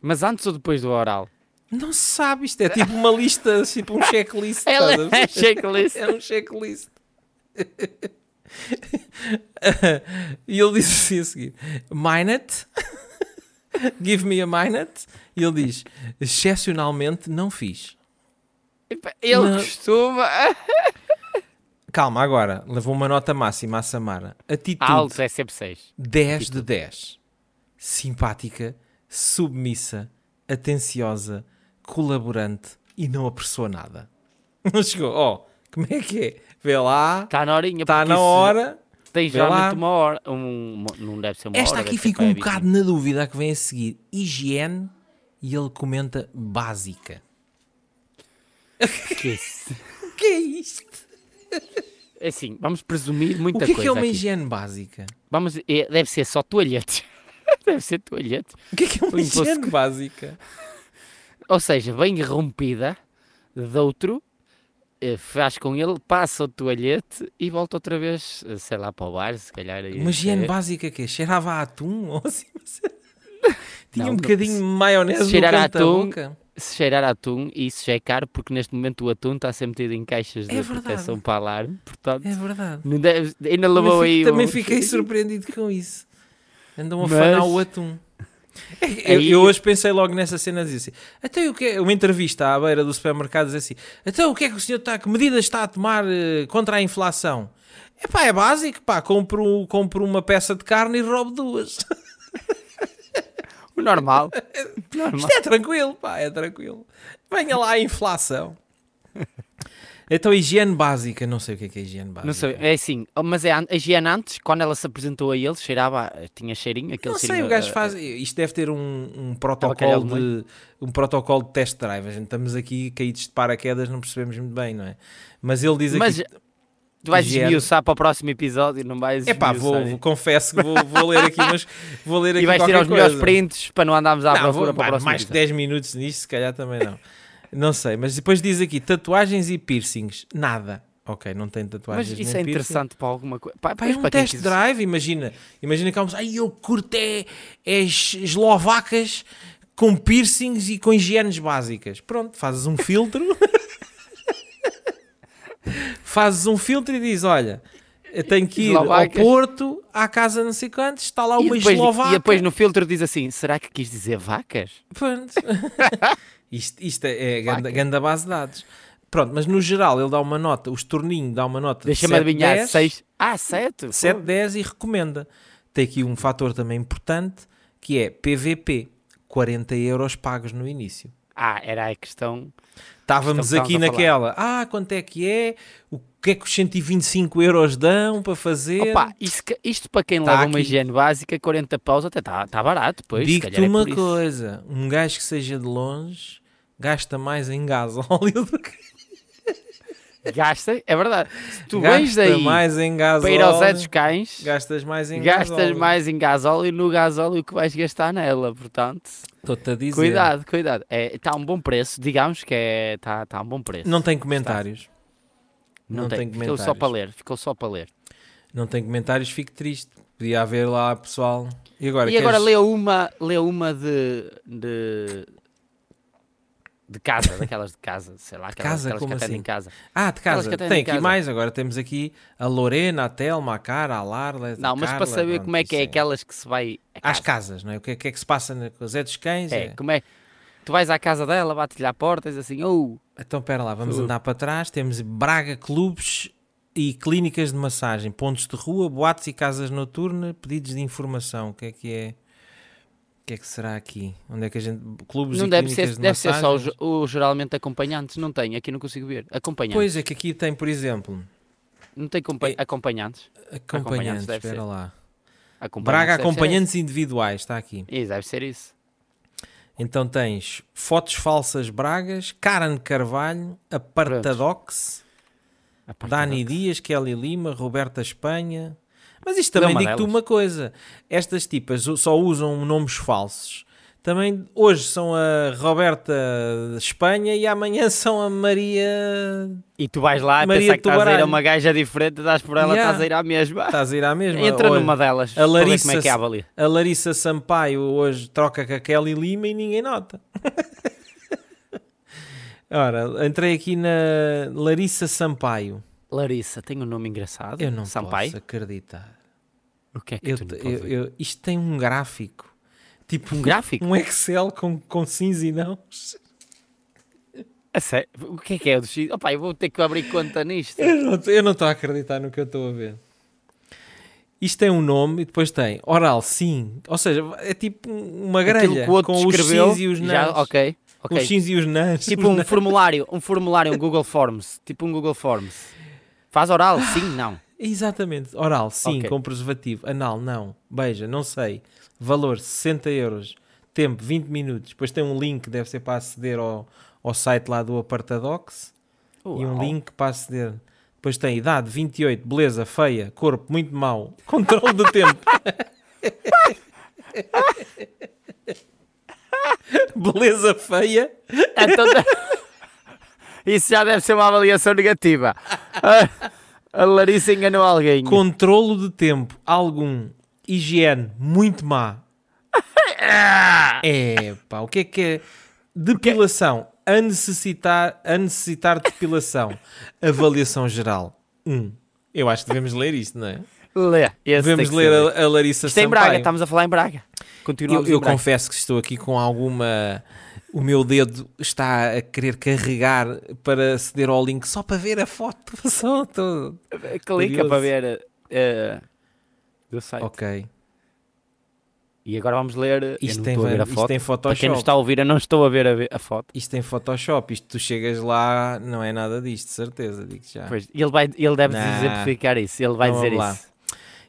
Speaker 1: Mas antes ou depois do oral?
Speaker 2: Não se sabe, isto é tipo uma lista, tipo um checklist.
Speaker 1: Ela
Speaker 2: estás a
Speaker 1: é
Speaker 2: ver?
Speaker 1: checklist.
Speaker 2: É um checklist. (laughs) e ele diz assim a seguir: Mine it. (laughs) Give me a mine it. E ele diz: Excepcionalmente não fiz.
Speaker 1: Epá, Ele
Speaker 2: Não.
Speaker 1: costuma.
Speaker 2: Calma, agora levou uma nota máxima à Samara. Atitude
Speaker 1: Alto é sempre 6.
Speaker 2: 10 de 10. Simpática, submissa, atenciosa, colaborante e não apressou nada. (laughs) Não chegou. Ó, como é que é? Vê lá,
Speaker 1: Está Tá na horinha.
Speaker 2: está
Speaker 1: porque
Speaker 2: Tá na
Speaker 1: isso
Speaker 2: hora.
Speaker 1: Tem
Speaker 2: Vê lá.
Speaker 1: geralmente uma hora. um- uma- não deve ser uma
Speaker 2: Esta
Speaker 1: hora.
Speaker 2: aqui
Speaker 1: deve ser
Speaker 2: fica
Speaker 1: para
Speaker 2: um
Speaker 1: aí
Speaker 2: bocado na dúvida, a que vem a seguir. Higiene e ele comenta básica.
Speaker 1: 25. Que isso?
Speaker 2: O que é isto?
Speaker 1: Assim, vamos presumir
Speaker 2: O
Speaker 1: muita
Speaker 2: que é que
Speaker 1: coisa.
Speaker 2: é uma
Speaker 1: aqui.
Speaker 2: higiene básica?
Speaker 1: Vamos, é, deve ser só toalhetes. (laughs) deve ser toalhetes.
Speaker 2: O que é que é uma
Speaker 1: Limpou-se
Speaker 2: (laughs) higiene básica?
Speaker 1: Ou seja, bem rompida de outro, eh, faz com ele, passa o toalhete e volta outra vez, eh, sei lá, para o bar, se calhar. e-
Speaker 2: Uma higiene
Speaker 1: eh,
Speaker 2: básica que é? Cheirava a atum? Ou assim, não (laughs) sei.
Speaker 1: Não,
Speaker 2: Tinha um
Speaker 1: não-
Speaker 2: bocadinho de maionese no
Speaker 1: cheirar a
Speaker 2: canto da
Speaker 1: atum,
Speaker 2: boca?
Speaker 1: se cheirar a atum, e isso já é caro, porque neste momento o atum está a ser metido em caixas de
Speaker 2: É verdade.
Speaker 1: proteção para alarme, portanto,
Speaker 2: É verdade.
Speaker 1: não deve- ainda
Speaker 2: Também,
Speaker 1: levou
Speaker 2: fico-
Speaker 1: aí.
Speaker 2: também
Speaker 1: um- (laughs)
Speaker 2: fiquei surpreendido com isso. Andam a
Speaker 1: Mas-
Speaker 2: fanar o atum. É que Eu,
Speaker 1: Aí-
Speaker 2: eu hoje pensei logo nessa cena dizer assim: até o que é, uma entrevista à beira do supermercado dizer assim: até o que é que o senhor está, que medidas está a tomar eh, contra a inflação? É pá, é básico, pá, compro, compro uma peça de carne e roubo duas. (laughs)
Speaker 1: O normal. normal.
Speaker 2: Isto é tranquilo, pá, é tranquilo. Venha lá a
Speaker 1: (laughs)
Speaker 2: inflação. Então, higiene básica, não sei o que é que é higiene básica.
Speaker 1: Não sei, é assim, oh, mas é an- a Giana antes, quando ela se apresentou a ele, cheirava, a- tinha cheirinho, aquele eh,
Speaker 2: Não
Speaker 1: cheirinho.
Speaker 2: sei, o
Speaker 1: a-
Speaker 2: gajo faz. Isto deve ter um, um
Speaker 1: calhau
Speaker 2: protocolo
Speaker 1: de
Speaker 2: de um protocolo de test drive. A gente estamos aqui caídos de paraquedas, não percebemos muito bem, não é? Mas ele diz
Speaker 1: Mas
Speaker 2: aqui.
Speaker 1: tu vais
Speaker 2: higiene.
Speaker 1: desmiuçar para o próximo episódio, não vais.
Speaker 2: É pá, vou,
Speaker 1: esmiuçar.
Speaker 2: vou- confesso que vou, vou ler aqui, mas vou ler
Speaker 1: (laughs)
Speaker 2: aqui
Speaker 1: E vais
Speaker 2: qualquer
Speaker 1: tirar os melhores
Speaker 2: coisa.
Speaker 1: prints para não andarmos à
Speaker 2: Não,
Speaker 1: procura
Speaker 2: vou,
Speaker 1: para o
Speaker 2: pá,
Speaker 1: próximo
Speaker 2: mais que
Speaker 1: episódio.
Speaker 2: 10 minutos nisto, se calhar também não. não sei, mas depois diz aqui tatuagens e piercings. Nada. Ok, não tem tatuagens.
Speaker 1: Mas isso
Speaker 2: nem
Speaker 1: é
Speaker 2: piercing.
Speaker 1: interessante para alguma coisa.
Speaker 2: Pá, é um
Speaker 1: para quem
Speaker 2: test
Speaker 1: quiser-
Speaker 2: drive, imagina. Imagina que vamos, ai eu curto é, é es- eslovacas com piercings e com higienes básicas. Pronto, fazes um filtro. (laughs) fazes um filtro e dizes, olha, eu tenho que ir
Speaker 1: Eslovacas.
Speaker 2: ao Porto, à casa não sei quantos, está lá
Speaker 1: E
Speaker 2: uma
Speaker 1: depois,
Speaker 2: eslovaca.
Speaker 1: e depois no filtro diz assim: será que quis dizer vacas? (laughs)
Speaker 2: Pronto. isto, isto é é ganda,
Speaker 1: Vaca.
Speaker 2: ganda base de dados. Pronto, mas no geral ele dá uma nota, o estorninho dá uma nota
Speaker 1: Deixa-me
Speaker 2: de 7,
Speaker 1: adivinhar,
Speaker 2: 10.
Speaker 1: 6. Ah, 7?
Speaker 2: 7, 10 e recomenda. Tem aqui um fator também importante que é PVP. 40 euros pagos no início.
Speaker 1: Ah, era a questão.
Speaker 2: Estávamos
Speaker 1: Então,
Speaker 2: aqui
Speaker 1: estávamos a
Speaker 2: naquela. Ah, quanto é que é? O que é que os 125 euros dão para fazer?
Speaker 1: Opa, isto, que- isto para quem
Speaker 2: Tá
Speaker 1: leva uma
Speaker 2: aqui.
Speaker 1: higiene básica, 40 paus até está barato. Pois, se
Speaker 2: Digo-te
Speaker 1: calhar é
Speaker 2: uma
Speaker 1: por isso.
Speaker 2: coisa: um gajo que seja de longe gasta mais em gás óleo (laughs) do que
Speaker 1: Gasta, é verdade. Se tu vens
Speaker 2: gasta
Speaker 1: daí
Speaker 2: mais em gás
Speaker 1: para ir aos Zé
Speaker 2: óleo.
Speaker 1: dos Cães,
Speaker 2: Gastas mais em
Speaker 1: gastas
Speaker 2: gasóleo.
Speaker 1: mais em gasóleo e no gasóleo que vais gastar nela. Portanto,
Speaker 2: Estou-te a dizer.
Speaker 1: cuidado, cuidado. Está a um bom preço, digamos que está a um bom preço.
Speaker 2: Não tem comentários.
Speaker 1: Não
Speaker 2: Não
Speaker 1: tem.
Speaker 2: tem
Speaker 1: ficou só
Speaker 2: comentários.
Speaker 1: para ler, ficou só para ler.
Speaker 2: Não tem comentários, fico triste. Podia haver lá pessoal. E agora,
Speaker 1: e agora
Speaker 2: queres-
Speaker 1: lê uma, lê uma de, de de casa, daquelas de casa, sei lá, aquelas,
Speaker 2: casa?
Speaker 1: aquelas
Speaker 2: Como
Speaker 1: que atendem
Speaker 2: assim?
Speaker 1: em casa.
Speaker 2: Ah, de
Speaker 1: Aquelas
Speaker 2: casa.
Speaker 1: que eu tenho
Speaker 2: Tem
Speaker 1: em
Speaker 2: aqui
Speaker 1: casa.
Speaker 2: mais. Agora temos aqui a Lorena, a Telma, a Cara, a Larla. a
Speaker 1: Não, mas para
Speaker 2: Carla,
Speaker 1: saber
Speaker 2: pronto,
Speaker 1: como é que é
Speaker 2: isso
Speaker 1: aquelas que se vai à
Speaker 2: Às
Speaker 1: casa.
Speaker 2: casas, não é? O que é, o que é que se passa na- com os Zé dos Cães?
Speaker 1: É,
Speaker 2: é.
Speaker 1: como é? Tu vais à casa dela, bate-lhe à porta, diz assim, oh,
Speaker 2: Então, pera lá, vamos
Speaker 1: Tudo.
Speaker 2: andar para trás. Temos Braga Clubes e clínicas de massagem, pontos de rua, boates e casas noturnas, pedidos de informação. O que é que é? O que é que será aqui? Onde é que a gente. Clubes
Speaker 1: Não
Speaker 2: e
Speaker 1: deve ser,
Speaker 2: clínicas de
Speaker 1: deve ser só o,
Speaker 2: massagens?
Speaker 1: ge- o geralmente acompanhantes. Não tem, aqui não consigo ver. Acompanhantes.
Speaker 2: Pois é que aqui tem, por exemplo,
Speaker 1: Não tem compa-
Speaker 2: É.
Speaker 1: acompanhantes.
Speaker 2: acompanhantes.
Speaker 1: deve
Speaker 2: espera
Speaker 1: ser.
Speaker 2: lá.
Speaker 1: acompanhantes
Speaker 2: Braga
Speaker 1: deve ser
Speaker 2: acompanhantes individuais, está aqui.
Speaker 1: esse. Isso, deve ser isso.
Speaker 2: Então tens fotos falsas Bragas, Karen Carvalho, Apartadox,
Speaker 1: A parte
Speaker 2: Dani
Speaker 1: da-
Speaker 2: Dias, Kelly Lima, Roberta Espanha. Mas isto
Speaker 1: Leu
Speaker 2: também digo-te
Speaker 1: Manelas.
Speaker 2: uma coisa: estas tipas só usam nomes falsos. Também hoje são a Roberta Espanha e amanhã (laughs) são a Maria.
Speaker 1: E tu vais lá a
Speaker 2: Maria
Speaker 1: pensar que estás a ir a
Speaker 2: Tubaralho.
Speaker 1: uma gaja diferente, estás por ela,
Speaker 2: Yeah.
Speaker 1: estás a ir à mesma.
Speaker 2: Estás a ir à mesma?
Speaker 1: Entra
Speaker 2: Olha,
Speaker 1: numa delas.
Speaker 2: a
Speaker 1: para ver como
Speaker 2: Larissa-
Speaker 1: é que é a avalia.
Speaker 2: A Larissa Sampaio hoje troca com a Kelly Lima e ninguém nota. (laughs) Ora, entrei aqui na Larissa Sampaio.
Speaker 1: Larissa, tem um nome engraçado.
Speaker 2: Eu não
Speaker 1: Sampaio.
Speaker 2: posso acreditar.
Speaker 1: O que é que
Speaker 2: Eu
Speaker 1: tu não
Speaker 2: te-
Speaker 1: podes
Speaker 2: eu-
Speaker 1: ver?
Speaker 2: eu- isto tem um gráfico. Tipo
Speaker 1: Um gráfico?
Speaker 2: Um Excel com, com sims e nãos.
Speaker 1: A sério? O que é que é o do X? Opa, eu vou ter que abrir conta nisto.
Speaker 2: (laughs) Eu não- Eu não estou a acreditar no que eu estou a ver. Isto tem um nome e depois tem oral sim. Ou seja, é tipo um- uma grelha
Speaker 1: Aquilo que o outro
Speaker 2: com
Speaker 1: descreveu.
Speaker 2: os sims e os
Speaker 1: já,
Speaker 2: nãos.
Speaker 1: ok.
Speaker 2: Com
Speaker 1: ok.
Speaker 2: Os sims e os nãos.
Speaker 1: Tipo um formulário, um formulário, um Google Forms. Tipo um Google Forms. Faz oral? Sim, não.
Speaker 2: Exatamente. Oral, sim,
Speaker 1: Ok.
Speaker 2: com preservativo. Anal, não. Beija, não sei. Valor, 60 euros. Tempo, 20 minutos. Depois tem um link, deve ser para aceder ao, ao site lá do Apartadox. E um
Speaker 1: Uau.
Speaker 2: link para aceder. Depois tem idade, 28. Beleza, feia. Corpo, muito mau. (laughs) Controle do tempo. (laughs) Beleza feia.
Speaker 1: (laughs) Então, isso já deve ser uma avaliação negativa. A, a Larissa enganou alguém.
Speaker 2: Controlo de tempo algum. Higiene muito má. (laughs) É pá, o que é que é? Depilação. A necessitar, a necessitar de depilação. Avaliação geral. Um. Eu acho que devemos ler isto, não é?
Speaker 1: Lê. Esse tem
Speaker 2: devemos
Speaker 1: que
Speaker 2: ler
Speaker 1: ser.
Speaker 2: a, a Larissa
Speaker 1: Isto é em
Speaker 2: Sampaio.
Speaker 1: Braga, estamos a falar em Braga.
Speaker 2: Eu,
Speaker 1: Continuamos
Speaker 2: eu
Speaker 1: em Braga.
Speaker 2: confesso que estou aqui com alguma. O meu dedo está a querer carregar para aceder ao link só para ver a foto. Só estou-
Speaker 1: Clica
Speaker 2: curioso.
Speaker 1: para ver eh, do site.
Speaker 2: Ok.
Speaker 1: E agora vamos ler. eh, eu
Speaker 2: Isto
Speaker 1: não
Speaker 2: tem,
Speaker 1: estou a ver a
Speaker 2: isto
Speaker 1: foto.
Speaker 2: tem
Speaker 1: Para
Speaker 2: Photoshop.
Speaker 1: quem nos está a ouvir, eu não estou a ver a, ve- a foto.
Speaker 2: Isto tem Photoshop. Isto tu chegas lá, não é nada disto, de certeza. Digo já.
Speaker 1: Pois, ele, vai, ele deve
Speaker 2: Tá. Nah.
Speaker 1: exemplificar isso. Ele vai
Speaker 2: Então
Speaker 1: dizer
Speaker 2: vamos lá.
Speaker 1: isso.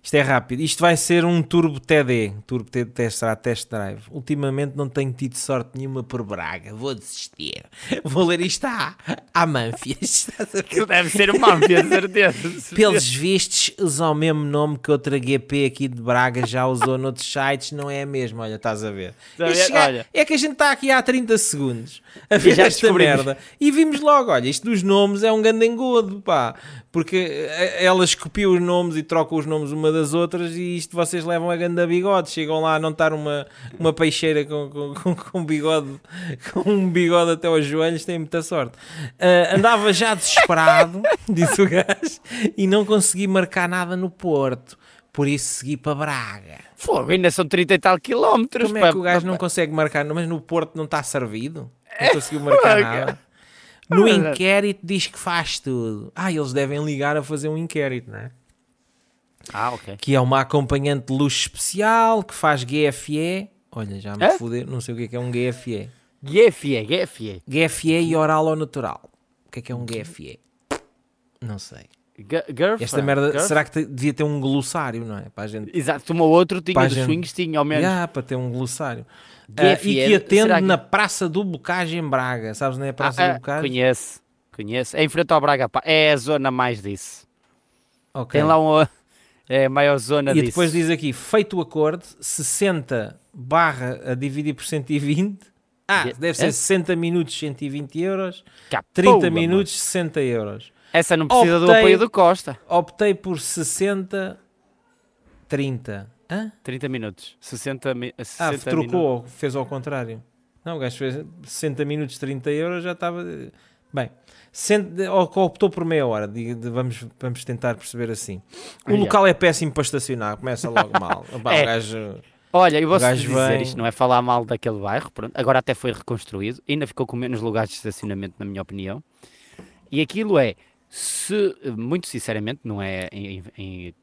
Speaker 2: Isto é rápido. Isto vai ser um Turbo TD. Turbo TD test, será test drive. Ultimamente não tenho tido sorte nenhuma por Braga. Vou desistir. (laughs) Vou ler isto à, à Manfias. (laughs) Estás a ver?
Speaker 1: Que deve ser uma máfia, de
Speaker 2: (laughs)
Speaker 1: certeza.
Speaker 2: Pelos vistos, usa o mesmo nome que outra GP aqui de Braga já usou noutros sites, não é mesmo? Olha, estás a ver.
Speaker 1: Está a
Speaker 2: Este
Speaker 1: ver?
Speaker 2: chega-
Speaker 1: Olha.
Speaker 2: É que a gente está aqui há 30 segundos (laughs) a ver
Speaker 1: já
Speaker 2: esta
Speaker 1: descobrimos.
Speaker 2: merda e vimos logo: olha, isto dos nomes é um grande engodo, pá, porque eh, elas copiam os nomes e trocam os nomes uma das outras e isto vocês levam a ganda bigode. Chegam lá a não estar uma, uma peixeira com, com, com, com um bigode, com um bigode até aos joelhos, têm muita sorte. Ah, andava já desesperado, (laughs) disse o gajo, e não consegui marcar nada no Porto, por isso segui para Braga.
Speaker 1: Fogo, ainda são 30 e tal quilómetros.
Speaker 2: Como é
Speaker 1: pá,
Speaker 2: que o gajo
Speaker 1: pá,
Speaker 2: não
Speaker 1: pá.
Speaker 2: consegue marcar? Mas no Porto não está servido? Não conseguiu marcar
Speaker 1: Marca.
Speaker 2: nada. No
Speaker 1: é Verdade.
Speaker 2: inquérito diz que faz tudo. Ah, eles devem ligar a fazer um inquérito, não é?
Speaker 1: Ah, ok.
Speaker 2: Que é uma acompanhante de luxo especial que faz GFE. Olha, já me
Speaker 1: É?
Speaker 2: fudeu, não sei o que é que é um GFE.
Speaker 1: GFE, GFE.
Speaker 2: GFE e oral ou natural. O que é que é um GFE? Não sei.
Speaker 1: G- Girlfriend.
Speaker 2: Esta merda,
Speaker 1: girlfriend.
Speaker 2: será que te- devia ter um glossário, não é? Para a gente
Speaker 1: Exato, como o outro tinha
Speaker 2: Pá,
Speaker 1: dos
Speaker 2: gente.
Speaker 1: swings, tinha ao menos. Ah,
Speaker 2: Yeah, para ter um glossário.
Speaker 1: GFL,
Speaker 2: Ah, e que atende
Speaker 1: será que- é?
Speaker 2: na Praça do Bocage em Braga. Sabes, não é a Praça
Speaker 1: Ah,
Speaker 2: do
Speaker 1: ah,
Speaker 2: Bocage?
Speaker 1: conheço, conheço. É em frente ao Braga, pá. É a zona mais disso.
Speaker 2: Ok.
Speaker 1: Tem lá um. (laughs) É a maior zona
Speaker 2: E
Speaker 1: disso.
Speaker 2: depois diz aqui, feito o acordo, 60 barra a dividir por 120. Ah,
Speaker 1: Ge-
Speaker 2: deve
Speaker 1: é?
Speaker 2: ser 60 minutos, 120 euros.
Speaker 1: Cá,
Speaker 2: 30
Speaker 1: pumba,
Speaker 2: minutos, 60 euros.
Speaker 1: mano. Essa não precisa do
Speaker 2: Optei-
Speaker 1: apoio do Costa.
Speaker 2: Optei por 60, 30. Hã?
Speaker 1: 30 minutos. 60, mi... 60
Speaker 2: Ah,
Speaker 1: minutos.
Speaker 2: trocou, fez ao contrário. Não, o gajo fez 60 minutos, 30 euros, já estava. Bem, cent- ou que optou por meia hora, diga- de- vamos, vamos tentar perceber assim. O
Speaker 1: Ah, já.
Speaker 2: local é péssimo para estacionar, começa logo
Speaker 1: (laughs)
Speaker 2: mal. Pá,
Speaker 1: É.
Speaker 2: O gajo.
Speaker 1: Olha, eu vou
Speaker 2: gajo
Speaker 1: dizer,
Speaker 2: vem-
Speaker 1: isto não é falar mal daquele bairro, pronto. agora até foi reconstruído, ainda ficou com menos lugares de estacionamento, na minha opinião. E aquilo é, se, muito sinceramente, não é em, em-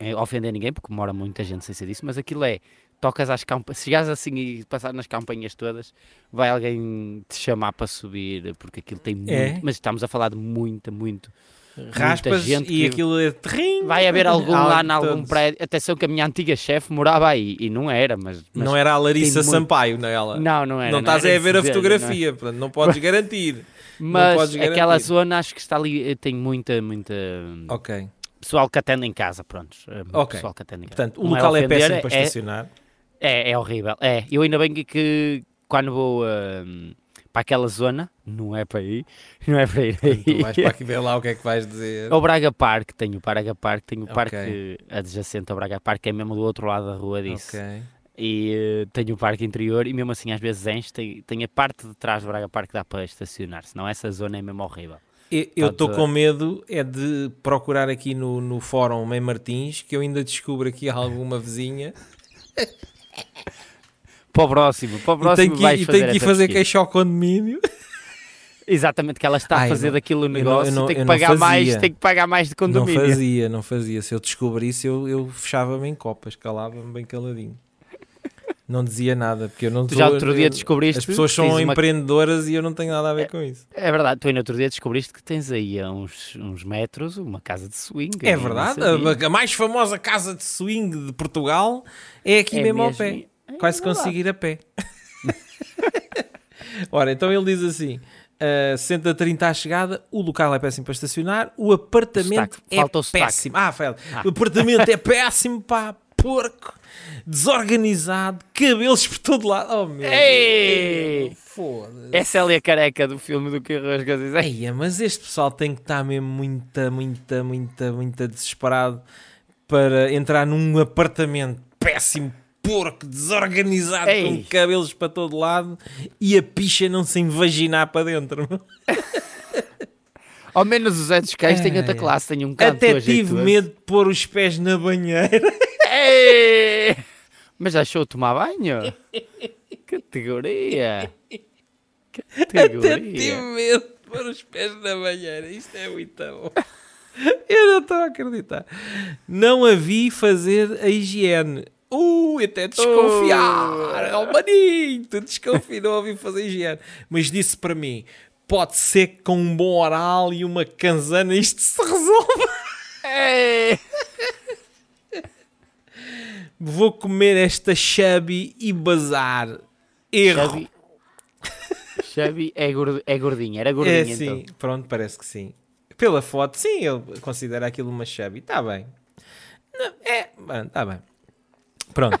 Speaker 1: em ofender ninguém, porque mora muita gente sem ser disso, mas aquilo é, tocas às campanhas, se chegares assim e passar nas campanhas todas, vai alguém te chamar para subir, porque aquilo tem muito,
Speaker 2: É?
Speaker 1: mas estamos a falar de muita, muito.
Speaker 2: Raspas
Speaker 1: gente
Speaker 2: e
Speaker 1: que-
Speaker 2: aquilo é terrim.
Speaker 1: Vai haver
Speaker 2: (laughs)
Speaker 1: algum lá em algum
Speaker 2: Ah, todos.
Speaker 1: prédio. Atenção que a minha antiga chefe morava aí e não era, mas. mas-
Speaker 2: Não era a Larissa
Speaker 1: tem muito-
Speaker 2: Sampaio, não é ela?
Speaker 1: Não, não era.
Speaker 2: não estás
Speaker 1: era
Speaker 2: a ver a
Speaker 1: dizer, não é?
Speaker 2: fotografia, portanto, não
Speaker 1: (laughs)
Speaker 2: podes garantir.
Speaker 1: Mas
Speaker 2: podes garantir.
Speaker 1: aquela zona acho que está ali, eh, tem muita, muita.
Speaker 2: Ok.
Speaker 1: Pessoal que atende em casa, prontos. Eh,
Speaker 2: Ok.
Speaker 1: Pessoal que atende em casa.
Speaker 2: Portanto, o
Speaker 1: Não
Speaker 2: local é,
Speaker 1: ofender,
Speaker 2: péssimo para
Speaker 1: é-
Speaker 2: estacionar.
Speaker 1: É, é horrível. É, eu ainda bem que, que quando vou hum, para aquela zona, não é para aí, (laughs) não é para ir
Speaker 2: Tu vais
Speaker 1: aí.
Speaker 2: para aqui ver lá o que é que vais
Speaker 1: (laughs)
Speaker 2: dizer.
Speaker 1: É o Braga Park, tenho o Braga Park, tenho o
Speaker 2: Ok.
Speaker 1: parque adjacente ao Braga Park, que é mesmo do outro lado da rua disso.
Speaker 2: Ok.
Speaker 1: E eh, tenho o parque interior e mesmo assim às vezes enche, tem, tem a parte de trás do Braga Park que dá para estacionar, senão essa zona é mesmo horrível.
Speaker 2: E- Eu
Speaker 1: Portanto,
Speaker 2: estou com medo é de procurar aqui no, no fórum Mãe Martins que eu ainda descubro aqui alguma vizinha
Speaker 1: Para o próximo, para (laughs) o
Speaker 2: e
Speaker 1: próximo
Speaker 2: tenho que,
Speaker 1: vais
Speaker 2: e tenho que ir
Speaker 1: essa
Speaker 2: fazer
Speaker 1: pesquisa.
Speaker 2: queixa ao condomínio.
Speaker 1: Exatamente, que ela está
Speaker 2: Ah,
Speaker 1: a
Speaker 2: eu
Speaker 1: fazer
Speaker 2: não-
Speaker 1: daquilo o
Speaker 2: eu não- eu
Speaker 1: negócio,
Speaker 2: não-
Speaker 1: tem que
Speaker 2: eu não
Speaker 1: pagar mais,
Speaker 2: fazia.
Speaker 1: tem que pagar mais de (laughs)
Speaker 2: Não
Speaker 1: condomínio.
Speaker 2: fazia, não fazia. Se eu descobrisse, eu, eu fechava-me em copas, calava-me bem caladinho. Não dizia nada, porque eu não
Speaker 1: Tu já
Speaker 2: sou-
Speaker 1: outro dia
Speaker 2: eu-
Speaker 1: descobriste
Speaker 2: As pessoas
Speaker 1: que tens
Speaker 2: são
Speaker 1: uma-
Speaker 2: empreendedoras e eu não tenho nada a ver com isso.
Speaker 1: É verdade, tu ainda outro dia descobriste que tens aí a uns, uns metros uma casa de swing.
Speaker 2: É
Speaker 1: eu não
Speaker 2: verdade,
Speaker 1: sabia.
Speaker 2: a, a mais famosa casa de swing de Portugal é aqui
Speaker 1: É
Speaker 2: mesmo, ao
Speaker 1: mesmo,
Speaker 2: pé.
Speaker 1: é
Speaker 2: Quase
Speaker 1: verdade.
Speaker 2: conseguir a pé. (laughs) Ora, então ele diz assim: ah, 60 a 30 à chegada, o local é péssimo para estacionar, o apartamento
Speaker 1: Sotaque,
Speaker 2: é
Speaker 1: falta o sotaque.
Speaker 2: péssimo. Ah, falta. O apartamento é péssimo, pá, porco, desorganizado, cabelos por todo lado. Oh, meu
Speaker 1: Ei!
Speaker 2: Deus, Foda-se.
Speaker 1: Essa é a careca do filme do que Rosca diz. Ei,
Speaker 2: Eia, mas este pessoal tem que estar mesmo muita, muita, muita, muita desesperado para entrar num apartamento péssimo, porco, desorganizado,
Speaker 1: Ei.
Speaker 2: com cabelos para todo lado e a picha não se invaginar para dentro.
Speaker 1: Ao menos os Edos Cães têm outra
Speaker 2: Ai,
Speaker 1: classe, têm um canto
Speaker 2: Até
Speaker 1: ajeitoso.
Speaker 2: tive medo de pôr os pés na banheira.
Speaker 1: Ei! (laughs) Mas achou tomar
Speaker 2: (laughs)
Speaker 1: banho? Categoria!
Speaker 2: Até tipo- tive
Speaker 1: Categoria!
Speaker 2: medo de pôr os pés na banheira. Isto é muito bom. (laughs) Eu não estou a acreditar. Não a vi fazer a higiene. Uh, até desconfiar. Oh, maninho, tu desconfio, não a vi fazer higiene. Mas disse para mim, pode ser que com um bom oral e uma canzana isto se resolva. (laughs)
Speaker 1: Ei!
Speaker 2: Vou comer esta chubby e bazar. Erro.
Speaker 1: Xavi. Xavi é, gordo, é gordinho, era
Speaker 2: É,
Speaker 1: gordinho
Speaker 2: sim,
Speaker 1: então.
Speaker 2: pronto, parece que sim. Pela foto, sim, ele considera aquilo uma chubby. Está bem. Não, é, está bem.
Speaker 1: (laughs)
Speaker 2: Pronto.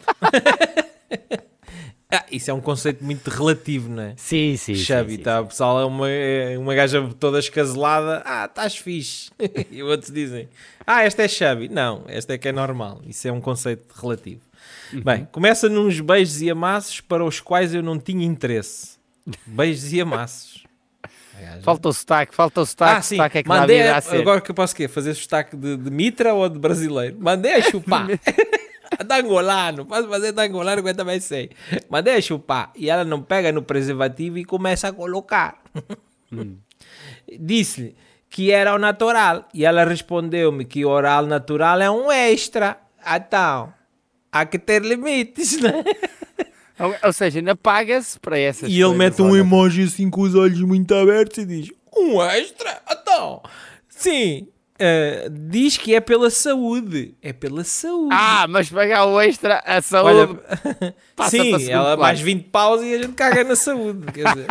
Speaker 2: Ah, isso é um conceito muito relativo, não é?
Speaker 1: Sim, sim. sim,
Speaker 2: chubby,
Speaker 1: sim,
Speaker 2: tá? O pessoal é uma, é uma gaja toda escaselada. Ah, estás
Speaker 1: (laughs)
Speaker 2: fixe. e outros dizem, ah, esta é chubby. Não, esta é que é normal. Isso é um conceito relativo.
Speaker 1: Uhum.
Speaker 2: Bem, começa nos beijos e amassos para os quais eu não tinha interesse. Beijos e
Speaker 1: (laughs)
Speaker 2: amassos.
Speaker 1: Falta o sotaque, falta o sotaque.
Speaker 2: Ah, sim.
Speaker 1: sotaque é que dá
Speaker 2: Mandei
Speaker 1: vida
Speaker 2: a-
Speaker 1: a ser.
Speaker 2: Agora que eu posso o quê? Fazer sotaque de, de Mitra ou de brasileiro? Mandei a chupar.
Speaker 1: (laughs)
Speaker 2: (laughs) de angolano. Posso fazer de angolano que eu também sei. Mandei a chupar. E ela não pega no preservativo e começa a colocar.
Speaker 1: Hum.
Speaker 2: (laughs) Disse-lhe que era o natural. E ela respondeu-me que oral natural é um extra. Então, há que ter limites, (laughs) né?
Speaker 1: Ou, ou seja, ainda paga-se para essas
Speaker 2: E ele
Speaker 1: coisas,
Speaker 2: mete um
Speaker 1: olha.
Speaker 2: emoji assim com os olhos muito abertos e diz: Um extra? Então, sim. eh, diz que é pela saúde. É pela saúde.
Speaker 1: Ah, mas pagar o extra, a
Speaker 2: Olha,
Speaker 1: saúde. passa
Speaker 2: sim,
Speaker 1: para segundo
Speaker 2: ela
Speaker 1: plano.
Speaker 2: mais 20 paus e a gente caga na saúde. Quer
Speaker 1: (laughs)
Speaker 2: dizer.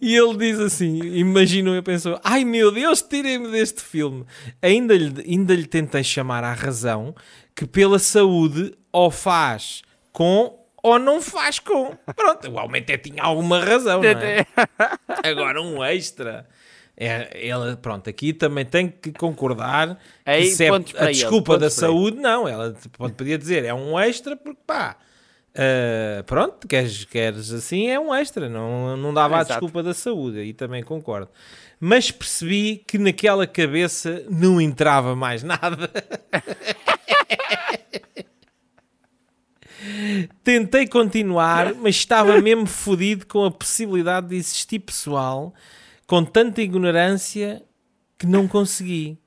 Speaker 2: E ele diz assim: imaginam, eu penso, ai meu Deus, tirem-me deste filme. Ainda lhe, ainda lhe tentei chamar à razão que pela saúde ou faz com ou não faz com. Pronto, o homem até tinha alguma razão, não é? Agora um extra. É, ela, pronto, aqui também tem que concordar
Speaker 1: Aí,
Speaker 2: que se é-
Speaker 1: pontos para
Speaker 2: a
Speaker 1: ele,
Speaker 2: desculpa
Speaker 1: pontos para
Speaker 2: da
Speaker 1: ele.
Speaker 2: saúde, não. Ela te- pode, podia dizer, é um extra porque pá, ah, pronto, queres, queres assim, é um extra. Não, não dava
Speaker 1: Exato.
Speaker 2: a desculpa da saúde, aí também concordo. Mas percebi que naquela cabeça não entrava mais nada. (laughs) Tentei continuar, mas estava mesmo fodido com a possibilidade de existir pessoal com tanta ignorância que não consegui.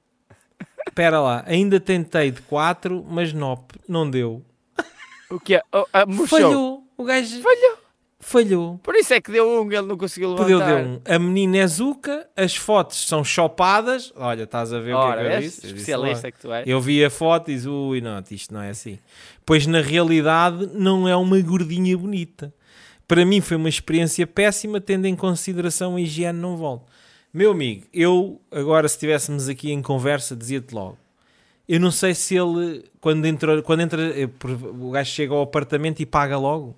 Speaker 2: Espera lá, ainda tentei de 4, mas não, não deu.
Speaker 1: (laughs) O que é? Oh, ah, murchou.
Speaker 2: Falhou, o gajo
Speaker 1: Falhou.
Speaker 2: falhou.
Speaker 1: Por isso é que deu um, ele não conseguiu levantar.
Speaker 2: Deu, deu um. A menina é zuca, as fotos são chopadas. Olha, estás a ver o que
Speaker 1: Ora,
Speaker 2: é que eu
Speaker 1: és
Speaker 2: disse? Eu disse?
Speaker 1: especialista que tu és.
Speaker 2: "Olha." Eu vi a foto e disse, ui, não, isto não é assim. Pois na realidade não é uma gordinha bonita. Para mim foi uma experiência péssima, tendo em consideração a higiene não volta. Meu amigo, eu agora se estivéssemos aqui em conversa, dizia-te logo. Eu não sei se ele, quando entra, quando entra eh, por- o gajo chega ao apartamento e paga logo.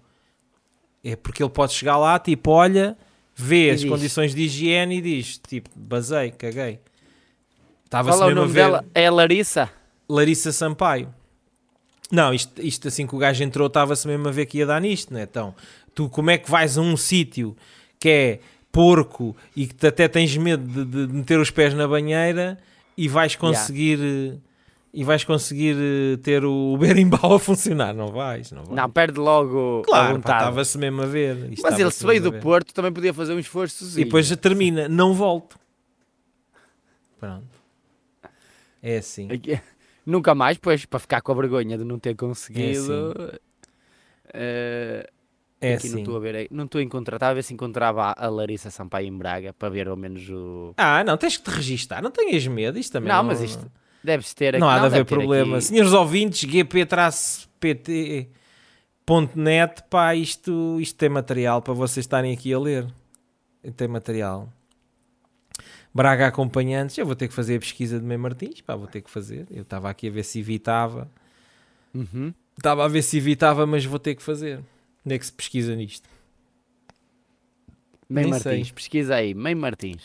Speaker 2: É porque ele pode chegar lá, tipo, olha, vê as
Speaker 1: diz.
Speaker 2: condições de higiene e diz, tipo, basei, caguei. Estava-se
Speaker 1: Fala o
Speaker 2: mesmo a
Speaker 1: nome
Speaker 2: ver.
Speaker 1: dela. É Larissa?
Speaker 2: Larissa Sampaio. Não, isto, isto assim que o gajo entrou, estava-se mesmo a ver que ia dar nisto, não é? Então, tu como é que vais a um sítio que é porco e que te- até tens medo de, de meter os pés na banheira e vais conseguir. eh, E vais conseguir eh, ter o berimbau a funcionar, não vais? Não, vais.
Speaker 1: Não, perde logo a
Speaker 2: claro, pá,
Speaker 1: vontade.
Speaker 2: estava-se mesmo a ver. Isto
Speaker 1: Mas ele
Speaker 2: estava-se
Speaker 1: se veio
Speaker 2: mesmo a
Speaker 1: do
Speaker 2: ver.
Speaker 1: Porto, também podia fazer um esforço.
Speaker 2: E depois já termina, não volto. Pronto. É assim.
Speaker 1: Aqui- Nunca mais, pois, para ficar com a vergonha de não ter conseguido. eh,
Speaker 2: assim. É
Speaker 1: aqui não
Speaker 2: assim.
Speaker 1: estou a ver, aí- não estou a encontrar. Estava a ver se encontrava a Larissa Sampaio em Braga para ver ao menos o.
Speaker 2: Ah, não, tens que te registar, não tenhas medo, isto também
Speaker 1: Não, mas isto deve-se ter aqui.
Speaker 2: não há de
Speaker 1: deve
Speaker 2: haver
Speaker 1: ter
Speaker 2: problema.
Speaker 1: aqui-
Speaker 2: Senhores ouvintes, gp-pt.net, pá, isto, isto tem material para vocês estarem aqui a ler. Tem material. Braga Acompanhantes, eu vou ter que fazer a pesquisa de Mem Martins, pá, vou ter que fazer. Eu estava aqui a ver se evitava.
Speaker 1: Uhum.
Speaker 2: Estava a ver se evitava, mas vou ter que fazer. Onde é que se pesquisa nisto?
Speaker 1: Mãe
Speaker 2: Nem
Speaker 1: Martins,
Speaker 2: sei.
Speaker 1: pesquisa aí, Mãe Martins.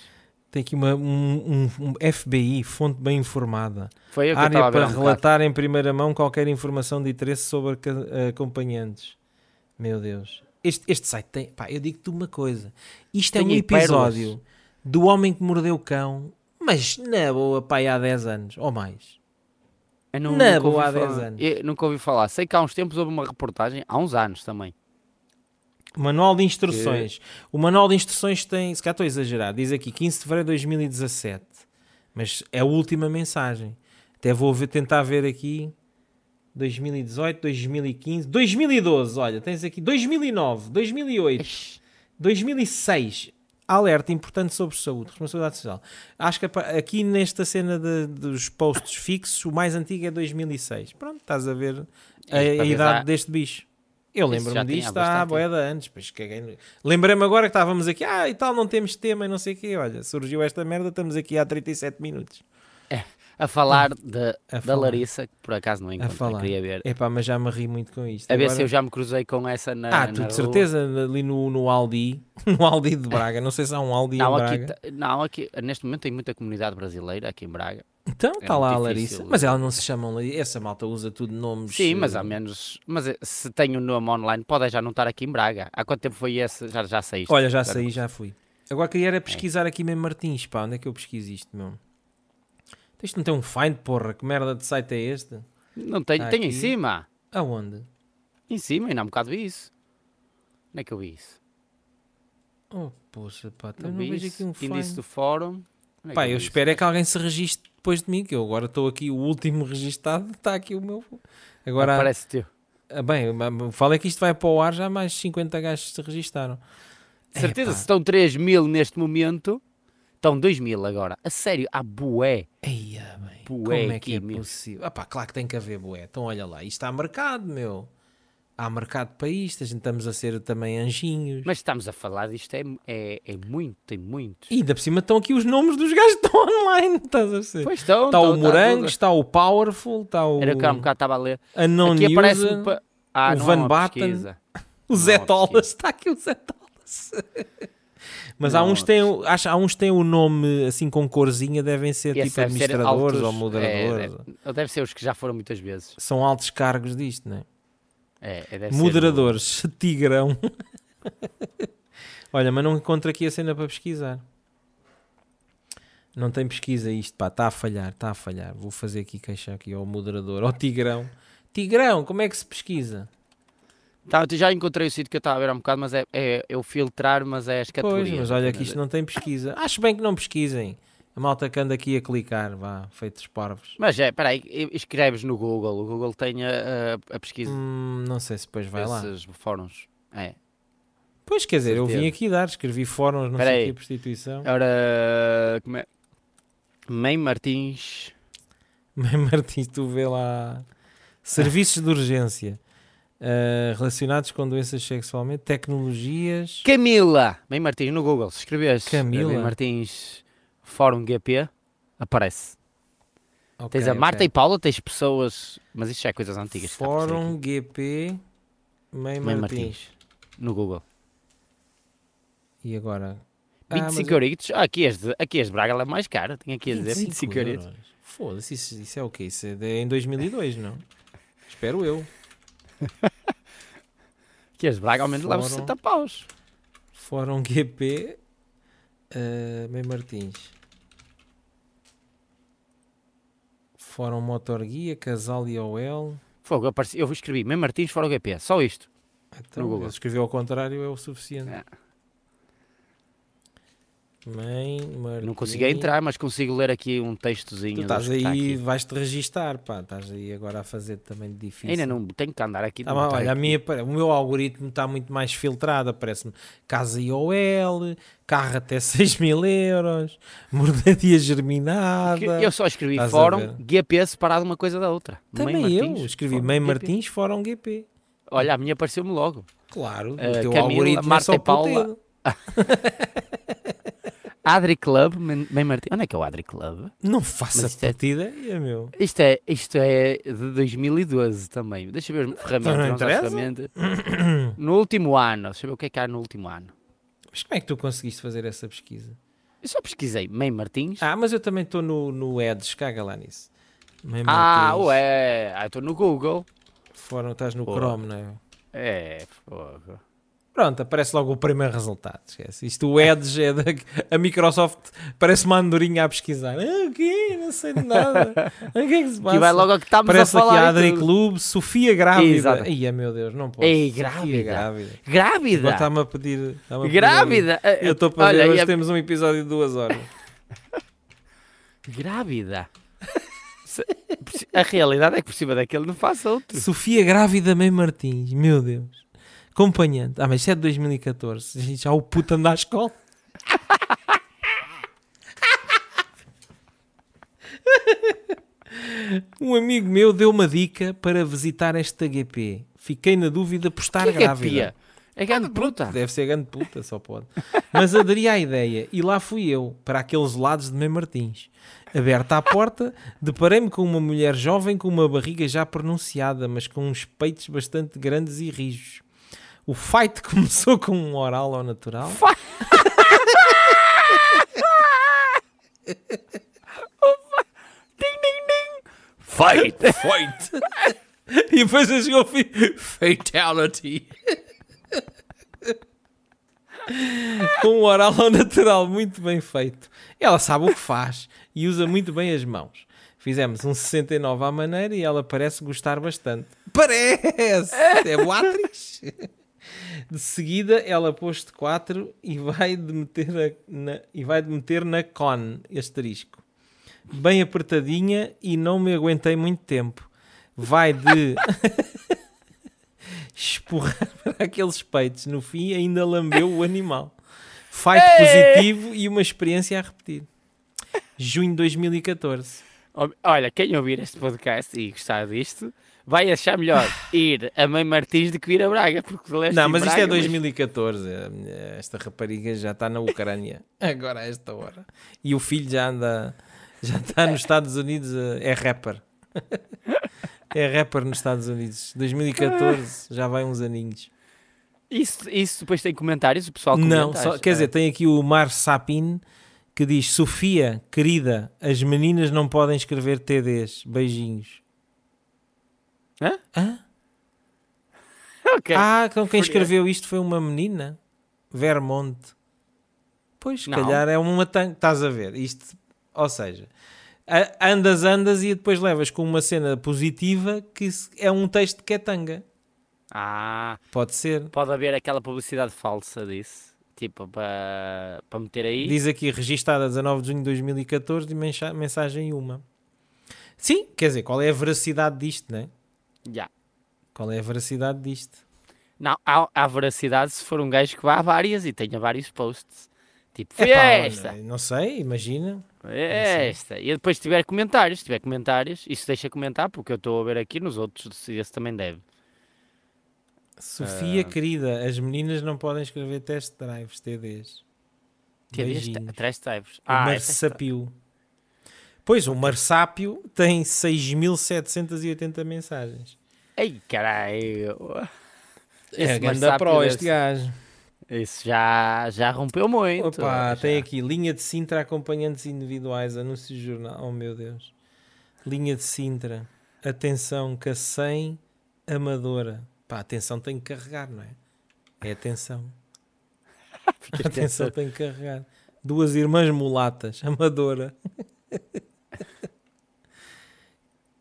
Speaker 2: Tem aqui uma, um- um- um FBI, fonte bem informada.
Speaker 1: Foi eu que eu estava
Speaker 2: área
Speaker 1: a ver.
Speaker 2: para
Speaker 1: há um bocado.
Speaker 2: relatar em primeira mão qualquer informação de interesse sobre aca- acompanhantes. Meu Deus. Este, este site tem. Pá, eu digo-te uma coisa. Isto é
Speaker 1: Tem
Speaker 2: um
Speaker 1: aí pérolas.
Speaker 2: episódio do Homem que Mordeu o Cão, mas na boa, pá, aí há 10 anos ou mais.
Speaker 1: Eu não,
Speaker 2: Na
Speaker 1: nunca ouvi
Speaker 2: boa, há
Speaker 1: falar.
Speaker 2: 10 anos.
Speaker 1: Eu nunca ouvi falar. Sei que há uns tempos houve uma reportagem, há uns anos também.
Speaker 2: Manual de instruções. O manual de instruções tem. Se cá estou a exagerar, diz aqui 15 de fevereiro de 2017. Mas é a última mensagem. Até vou ver- tentar ver aqui. 2018, 2015, 2012, olha, tens aqui 2009, 2008,
Speaker 1: Ixi,
Speaker 2: 2006. Alerta importante sobre saúde, responsabilidade social. Acho que a pa- aqui nesta cena de- dos postos fixos, o mais antigo é 2006. Pronto, estás a ver a,
Speaker 1: Isto para
Speaker 2: a
Speaker 1: ver
Speaker 2: idade
Speaker 1: há-
Speaker 2: deste bicho. É,
Speaker 1: Isso
Speaker 2: Eu
Speaker 1: já
Speaker 2: lembro-me
Speaker 1: tem há
Speaker 2: disto há
Speaker 1: bastante
Speaker 2: boeda antes. Pois é caguei no- Lembrei-me agora que estávamos aqui, ah, e tal, não temos tema e não sei o quê. Olha, surgiu esta merda, estamos aqui há 37 minutos.
Speaker 1: A falar de-
Speaker 2: Ah, A
Speaker 1: da
Speaker 2: falar.
Speaker 1: Larissa, que por acaso não encontrei,
Speaker 2: falar.
Speaker 1: queria ver.
Speaker 2: Epá, mas já me ri muito com isto.
Speaker 1: A ver
Speaker 2: Agora-
Speaker 1: se eu já me cruzei com essa na. na
Speaker 2: Ah, tu
Speaker 1: rua.
Speaker 2: de certeza ali no, no Aldi, (laughs) no Aldi de Braga, não sei se há um Aldi
Speaker 1: Não
Speaker 2: em
Speaker 1: aqui,
Speaker 2: Braga.
Speaker 1: ta- não, aqui neste momento tem muita comunidade brasileira aqui em Braga.
Speaker 2: Então
Speaker 1: é
Speaker 2: está
Speaker 1: muito
Speaker 2: lá a
Speaker 1: difícil.
Speaker 2: Larissa, mas ela não se chama Larissa, essa malta usa tudo nomes.
Speaker 1: Sim, mas
Speaker 2: eh,
Speaker 1: ao menos. Mas eh, se tem o nome online, pode já não estar aqui em Braga. Há quanto tempo foi esse? Já, já saíste.
Speaker 2: Olha, já saí, já fui. Agora queria
Speaker 1: É.
Speaker 2: era pesquisar aqui mesmo Martins, pá, onde é que eu pesquiso isto, meu? Isto não tem um find, porra, que merda de site é este?
Speaker 1: Não tenho.
Speaker 2: Tá
Speaker 1: tenho em
Speaker 2: aqui.
Speaker 1: cima.
Speaker 2: Aonde?
Speaker 1: Em cima, ainda há um bocado vi isso. Onde é que eu vi isso?
Speaker 2: Oh, poxa, pá, então
Speaker 1: Eu
Speaker 2: não
Speaker 1: vi
Speaker 2: vejo
Speaker 1: isso.
Speaker 2: aqui um
Speaker 1: Índice
Speaker 2: find.
Speaker 1: do fórum. Onde é que
Speaker 2: Pá,
Speaker 1: vi
Speaker 2: eu
Speaker 1: isso?
Speaker 2: espero é que alguém se registre depois de mim, que eu agora estou aqui, o último registado, (laughs) está aqui o meu... Agora
Speaker 1: Parece teu.
Speaker 2: Ah, Bem, falei que isto vai para o ar, já mais 50 gajos se registaram.
Speaker 1: De certeza,
Speaker 2: Epá.
Speaker 1: se estão 3 mil neste momento, estão 2 mil agora. A sério, há bué.
Speaker 2: Eia, bem,
Speaker 1: Bué
Speaker 2: como é que é
Speaker 1: aqui, meu.
Speaker 2: possível? Ah pá, claro que tem que haver bué. Então olha lá, isto há mercado, meu. Há mercado para isto, a gente estamos a ser também anjinhos.
Speaker 1: Mas estamos a falar disto, é, é, é muito, tem muitos.
Speaker 2: E ainda por cima estão aqui os nomes dos gajos que estão (laughs) online, estás a ver?
Speaker 1: Pois estão,
Speaker 2: Está
Speaker 1: estão,
Speaker 2: tá o
Speaker 1: está
Speaker 2: Morangos,
Speaker 1: tudo.
Speaker 2: está o Powerful, está o
Speaker 1: Era o que há um bocado estava a ler.
Speaker 2: Unknown
Speaker 1: Aqui aparece
Speaker 2: User,
Speaker 1: um pa- ah,
Speaker 2: o
Speaker 1: não há
Speaker 2: Van
Speaker 1: uma
Speaker 2: Batten.
Speaker 1: pesquisa.
Speaker 2: o Zé
Speaker 1: Não,
Speaker 2: Tolas, está aqui o Zé Tolas. (laughs) Mas há
Speaker 1: Não,
Speaker 2: uns, que têm, o- acho, há uns que têm o nome assim com corzinha, devem ser
Speaker 1: Esse
Speaker 2: tipo
Speaker 1: deve ser
Speaker 2: administradores
Speaker 1: altos-
Speaker 2: ou
Speaker 1: é,
Speaker 2: moderadores.
Speaker 1: deve, deve ser os que já foram muitas vezes.
Speaker 2: São altos cargos disto, não é?
Speaker 1: É, é, deve ser
Speaker 2: Moderadores, tigrão. (laughs) Olha, mas não encontro aqui a cena para pesquisar. Não tem pesquisa isto, pá, está a falhar, está a falhar. Vou fazer aqui queixa aqui ao moderador, ao tigrão. Tigrão, como é que se pesquisa?
Speaker 1: no- Tá, eu já encontrei o sítio que eu estava a ver há um bocado, mas é, é eu filtrar, mas é as
Speaker 2: Pois,
Speaker 1: categorias.
Speaker 2: mas olha que isto não tem pesquisa. Acho bem que não pesquisem. A malta que anda aqui a clicar, vá, feitos parvos.
Speaker 1: Mas é, peraí, escreves no Google, o Google tem a, a- a pesquisa
Speaker 2: Hum, não sei se depois vai lá. Hum.
Speaker 1: desses fóruns. É.
Speaker 2: Pois quer dizer, eu vim
Speaker 1: Certeza.
Speaker 2: aqui dar, escrevi fóruns, não
Speaker 1: Espera
Speaker 2: sei o
Speaker 1: aí.
Speaker 2: que, prostituição.
Speaker 1: Ora, como é? Mãe Martins.
Speaker 2: Mãe (laughs) Martins, tu vê lá. Serviços de urgência ah, relacionados com doenças sexualmente, tecnologias.
Speaker 1: Camila! Mãe Martins no Google, se escreveres
Speaker 2: Camila?
Speaker 1: Mãe Martins Fórum GP, aparece.
Speaker 2: Ok,
Speaker 1: Tens a
Speaker 2: ok.
Speaker 1: Marta e Paula, tens pessoas, mas isto já é coisas antigas. que está a aparecer aqui.
Speaker 2: Fórum GP Mãe,
Speaker 1: Mãe
Speaker 2: Martins.
Speaker 1: Martins. No Google.
Speaker 2: E agora? Ah, mas
Speaker 1: 25 euritos. Ah, aqui as, de, aqui as de Braga ela é mais cara. Tinha aqui a dizer 25, 25 euritos.
Speaker 2: euros. Foda-se, isso, isso é o quê? Isso é de- em 2002, não? Espero eu.
Speaker 1: Aqui as de Braga ao menos leva
Speaker 2: Fórum.
Speaker 1: 60 paus.
Speaker 2: Fórum GP ah, Mãe Martins. Fórum Motor Guia, Casal e OL.
Speaker 1: Fogo, apareci, eu escrevi Mãe Martins Fórum GP, só isto. No
Speaker 2: Então,
Speaker 1: Google.
Speaker 2: ele escreveu ao contrário é o suficiente.
Speaker 1: É.
Speaker 2: Mãe Martins.
Speaker 1: Não consigo entrar, mas consigo ler aqui um textozinho.
Speaker 2: Tu estás
Speaker 1: dos que está
Speaker 2: aí,
Speaker 1: aqui.
Speaker 2: vais-te registar, pá. Estás aí agora a fazer também de difícil.
Speaker 1: Ainda não tenho que andar aqui.
Speaker 2: Tá
Speaker 1: não
Speaker 2: mal,
Speaker 1: está
Speaker 2: olha, a
Speaker 1: aqui.
Speaker 2: minha, apare- o meu algoritmo está muito mais filtrado. Aparece-me casa IOL, carro até (laughs) 6 mil euros, mordadia germinada.
Speaker 1: Que Eu só escrevi
Speaker 2: Estás a
Speaker 1: fórum,
Speaker 2: ver.
Speaker 1: GP separado uma coisa da outra. Mãe
Speaker 2: também eu
Speaker 1: Martins,
Speaker 2: escrevi
Speaker 1: Fórum
Speaker 2: Mãe
Speaker 1: GP.
Speaker 2: Martins, Fórum GP.
Speaker 1: Olha, a minha apareceu-me logo.
Speaker 2: Claro, o
Speaker 1: Eh,
Speaker 2: teu
Speaker 1: Camila,
Speaker 2: algoritmo é
Speaker 1: Marta
Speaker 2: só
Speaker 1: e
Speaker 2: para o
Speaker 1: Paula.
Speaker 2: dedo.
Speaker 1: Adri Club, Man- Mãe Martins. Onde é que é o Adri Club?
Speaker 2: Não faça
Speaker 1: Mas isto é-
Speaker 2: puta ideia, meu.
Speaker 1: Isto é, isto é de 2012 também. Deixa eu ver ferramentas.
Speaker 2: não
Speaker 1: vamos à
Speaker 2: interessa.
Speaker 1: ferramenta.
Speaker 2: (coughs)
Speaker 1: No último ano, deixa eu ver o que é que há no último ano.
Speaker 2: Mas como é que tu conseguiste fazer essa pesquisa?
Speaker 1: Eu só pesquisei Mãe Martins.
Speaker 2: Ah, mas eu também estou no, no Eds, caga lá nisso. Mãe
Speaker 1: Ah,
Speaker 2: Martins,
Speaker 1: ué, ah, estou no Google.
Speaker 2: Fórum, estás no
Speaker 1: Porra.
Speaker 2: Chrome, não é?
Speaker 1: É, fogo.
Speaker 2: Pronto, aparece logo o primeiro resultado. Esquece. Isto o Edge é da. A Microsoft parece uma andorinha a pesquisar. Ah, o quê? Não sei de nada. O que é que se passa?
Speaker 1: E vai logo ao que estamos a
Speaker 2: Parece aqui
Speaker 1: falar.
Speaker 2: a
Speaker 1: e
Speaker 2: Adri
Speaker 1: tudo.
Speaker 2: Clube, Sofia Grávida.
Speaker 1: Exato.
Speaker 2: Ai, é, meu Deus, não posso.
Speaker 1: Ei,
Speaker 2: Sofia
Speaker 1: grávida.
Speaker 2: Grávida. Agora
Speaker 1: Grávida!
Speaker 2: está-me a pedir. está-me a pedir
Speaker 1: Grávida! Eh,
Speaker 2: ali. Eu estou para
Speaker 1: Olha,
Speaker 2: ver,
Speaker 1: e
Speaker 2: hoje
Speaker 1: a-
Speaker 2: temos um episódio de duas horas.
Speaker 1: Grávida! (laughs) Se- A realidade é que por cima daquele não faça outro.
Speaker 2: Sofia Grávida Mãe Martins, meu Deus. Acompanhante. Ah, mas isso é de 2014. Gente, Já o puto anda à escola. Um amigo meu deu uma dica para visitar esta GP. Fiquei na dúvida por estar
Speaker 1: Que é que é
Speaker 2: Tá grávida. Tá
Speaker 1: pia? É grande bruta.
Speaker 2: Deve ser grande puta, só pode. Mas aderi à ideia e lá fui eu, para aqueles lados de Mãe Martins. Aberta à porta, deparei-me com uma mulher jovem com uma barriga já pronunciada, mas com uns peitos bastante grandes e rijos. O fight (laughs) começou com um oral ao natural.
Speaker 1: Ding, ding, ding! Fight!
Speaker 2: (laughs) Fight! e depois eu chegou ao fim. Fatality! com um oral ao natural muito bem feito. Ela sabe o que faz e usa muito bem as mãos. Fizemos um 69 à maneira e ela parece gostar bastante. (laughs) Parece! É boa atriz! De seguida, ela pôs de 4 e vai de meter, a- na, e vai de meter na con, asterisco. Bem apertadinha e não me aguentei muito tempo. Vai de (laughs) espurrar para aqueles peitos. No fim, ainda lambeu o animal. Fight
Speaker 1: Ei!
Speaker 2: positivo e uma experiência a repetir. Junho de 2014.
Speaker 1: Olha, quem ouvir este podcast e gostar disto, vai achar melhor ir a Mãe Martins do que ir a Braga, porque leste
Speaker 2: Não,
Speaker 1: em
Speaker 2: mas isto é
Speaker 1: Braga,
Speaker 2: 2014. eh, Esta rapariga já está na Ucrânia. (laughs) Agora, a esta hora. E o filho já anda. Já está nos Estados Unidos. eh, É rapper. É rapper nos Estados Unidos. 2014, já vai uns aninhos.
Speaker 1: Isso, isso depois tem comentários, o pessoal comenta. é.
Speaker 2: Não, só,
Speaker 1: acho.
Speaker 2: quer dizer, tem aqui o Mar Sapin que diz: Sofia, querida, as meninas não podem escrever TDs. Beijinhos.
Speaker 1: Hã?
Speaker 2: Hã?
Speaker 1: Ok.
Speaker 2: Ah, então quem
Speaker 1: Furioso.
Speaker 2: escreveu isto foi uma menina? Vermont. Pois, se
Speaker 1: Não.
Speaker 2: calhar é uma tanque. Estás a ver? Isto, ou seja, a- andas, andas e depois levas com uma cena positiva que se- é um texto que é tanga.
Speaker 1: Ah,
Speaker 2: Pode ser.
Speaker 1: pode haver aquela publicidade falsa disso. tipo, para, para meter aí.
Speaker 2: Diz aqui, registada 19 de junho de 2014, de mensa- mensagem uma. Sim, quer dizer, qual é a veracidade disto, né?
Speaker 1: Já.
Speaker 2: Qual é a veracidade disto?
Speaker 1: Não, há, há veracidade se for um gajo que vá a várias e tenha vários posts. Tipo, foi
Speaker 2: Epá,
Speaker 1: esta,
Speaker 2: olha, é assim." Não sei, imagina.
Speaker 1: foi esta. E depois se tiver comentários, se tiver comentários, isso deixa comentar, porque eu estou a ver aqui nos outros, se esse também deve. Ah.
Speaker 2: Sofia, querida, as meninas não podem escrever test drives, TDs.
Speaker 1: TDs,
Speaker 2: Beijinhos.
Speaker 1: atrás de types.
Speaker 2: o
Speaker 1: Ah, esta-
Speaker 2: Marsapio. Pois, o Marsápio tem 6.780 mensagens.
Speaker 1: Ei, caralho.
Speaker 2: é
Speaker 1: Esse
Speaker 2: grande
Speaker 1: Marsápio
Speaker 2: pro
Speaker 1: deve
Speaker 2: É, este
Speaker 1: ser-
Speaker 2: gajo.
Speaker 1: Isso já, já rompeu muito.
Speaker 2: Opa,
Speaker 1: já.
Speaker 2: tem aqui linha de Sintra acompanhantes individuais, anúncios de jornal. Oh meu Deus. Linha de Sintra. Atenção que a 100 amadora. Pá, atenção tem que carregar, não é? É atenção.
Speaker 1: (laughs)
Speaker 2: atenção (laughs) tem que carregar. Duas irmãs mulatas, (laughs) amadora.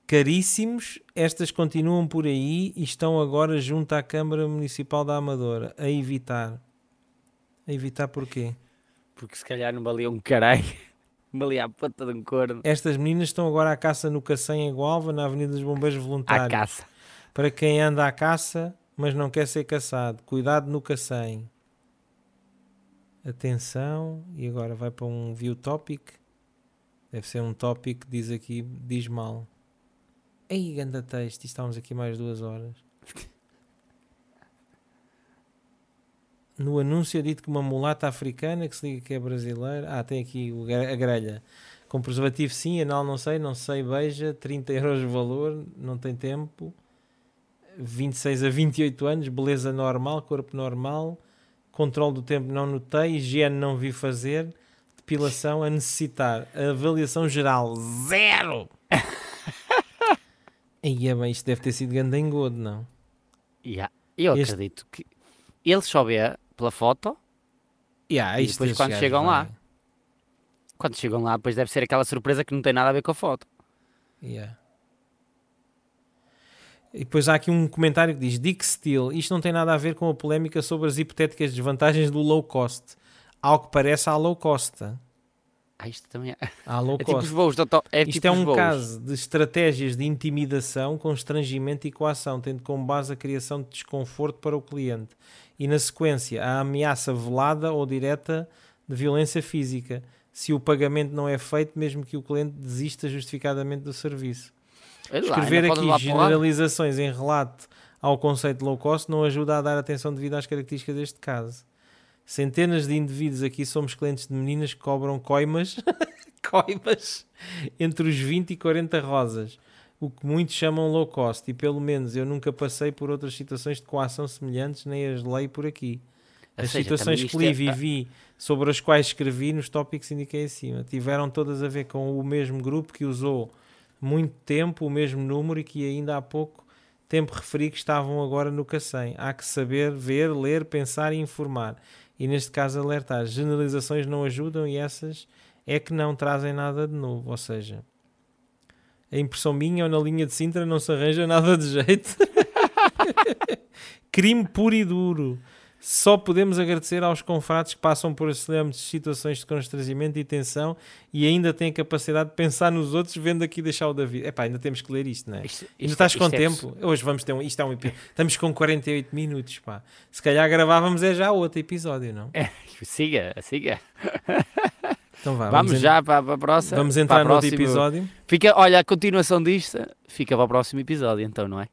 Speaker 2: Caríssimos, estas continuam por aí e estão agora junto à Câmara Municipal da Amadora, a evitar. A evitar porquê?
Speaker 1: Porque se calhar não valia um caralho. (laughs) Valia a puta de um corno.
Speaker 2: Estas meninas estão agora à caça no Cacém em Gualva, na Avenida dos Bombeiros
Speaker 1: À
Speaker 2: Voluntários.
Speaker 1: caça.
Speaker 2: Para quem anda à caça, mas não quer ser caçado, cuidado no Cacém. Atenção, e agora vai para um view topic. Deve ser um topic que diz aqui, diz mal. Ei, ganda texto, e estávamos aqui mais duas horas. No anúncio é dito que uma mulata africana que se liga que é brasileira. Ah, tem aqui o gre- a grelha. Com preservativo sim, anal não sei, não sei, beija, 30 euros de valor, não tem tempo. 26 a 28 anos, beleza normal, corpo normal, controle do tempo não notei, higiene não vi fazer, depilação a necessitar, avaliação geral (laughs) zero. Aí é bem, isto deve ter sido grande engodo, não?
Speaker 1: Yeah. Eu
Speaker 2: Este-
Speaker 1: acredito que ele só vê pela foto.
Speaker 2: Yeah, é
Speaker 1: E
Speaker 2: isto
Speaker 1: depois
Speaker 2: estes
Speaker 1: quando
Speaker 2: gajos
Speaker 1: chegam lá.
Speaker 2: vai.
Speaker 1: Quando chegam lá, depois deve ser aquela surpresa que não tem nada a ver com a foto.
Speaker 2: é? Yeah. E depois há aqui um comentário que diz: Dick Steele, isto não tem nada a ver com a polémica sobre as hipotéticas desvantagens do low cost. Ao que parece, há low cost.
Speaker 1: Ah, isto também é.
Speaker 2: Há low
Speaker 1: É tipo os
Speaker 2: cost.
Speaker 1: voos de auto... é
Speaker 2: Isto
Speaker 1: tipo
Speaker 2: é
Speaker 1: os
Speaker 2: um
Speaker 1: voos.
Speaker 2: caso de estratégias de intimidação, constrangimento e coação, tendo como base a criação de desconforto para o cliente e, na sequência, a ameaça velada ou direta de violência física, se o pagamento não é feito, mesmo que o cliente desista justificadamente do serviço.
Speaker 1: Olha lá,
Speaker 2: Escrever
Speaker 1: ainda pode
Speaker 2: aqui
Speaker 1: levar porrada.
Speaker 2: generalizações em relato ao conceito de low cost não ajuda a dar atenção devido às características deste caso. Centenas de indivíduos aqui somos clientes de meninas que cobram coimas, (laughs) coimas entre os 20 e 40 rosas, o que muitos chamam low cost, e pelo menos eu nunca passei por outras situações de coação semelhantes, nem as leio por aqui.
Speaker 1: Ou
Speaker 2: As
Speaker 1: seja,
Speaker 2: situações
Speaker 1: também
Speaker 2: que
Speaker 1: isto
Speaker 2: li e
Speaker 1: é-
Speaker 2: vivi, sobre as quais escrevi nos tópicos que indiquei acima, tiveram todas a ver com o mesmo grupo que usou muito tempo o mesmo número e que ainda há pouco tempo referi que estavam agora no Cacém. Há que saber, ver, ler, pensar e informar. E neste caso alertar. Generalizações não ajudam e essas é que não trazem nada de novo. Ou seja, a impressão minha ou na linha de Sintra não se arranja nada de jeito. (laughs) Crime puro e duro. Só podemos agradecer aos confrades que passam por semelhantes situações de constrangimento e tensão e ainda têm a capacidade de pensar nos outros, vendo aqui deixar o David. Epá, ainda temos que ler isto, não é?
Speaker 1: Ah, Isto-
Speaker 2: Ainda
Speaker 1: isto-
Speaker 2: estás com
Speaker 1: isto é (laughs)
Speaker 2: tempo? Hoje vamos ter um. Isto é um epi- Estamos com 48 minutos, pá. Se calhar gravávamos é já outro episódio, não?
Speaker 1: absurdo. É, Siga, siga.
Speaker 2: Então vá,
Speaker 1: Vamos,
Speaker 2: en-
Speaker 1: já para, para a próxima.
Speaker 2: Vamos
Speaker 1: para a
Speaker 2: entrar no outro
Speaker 1: próxima.
Speaker 2: episódio.
Speaker 1: Fica, olha, a continuação disto fica para o próximo episódio, então, não é?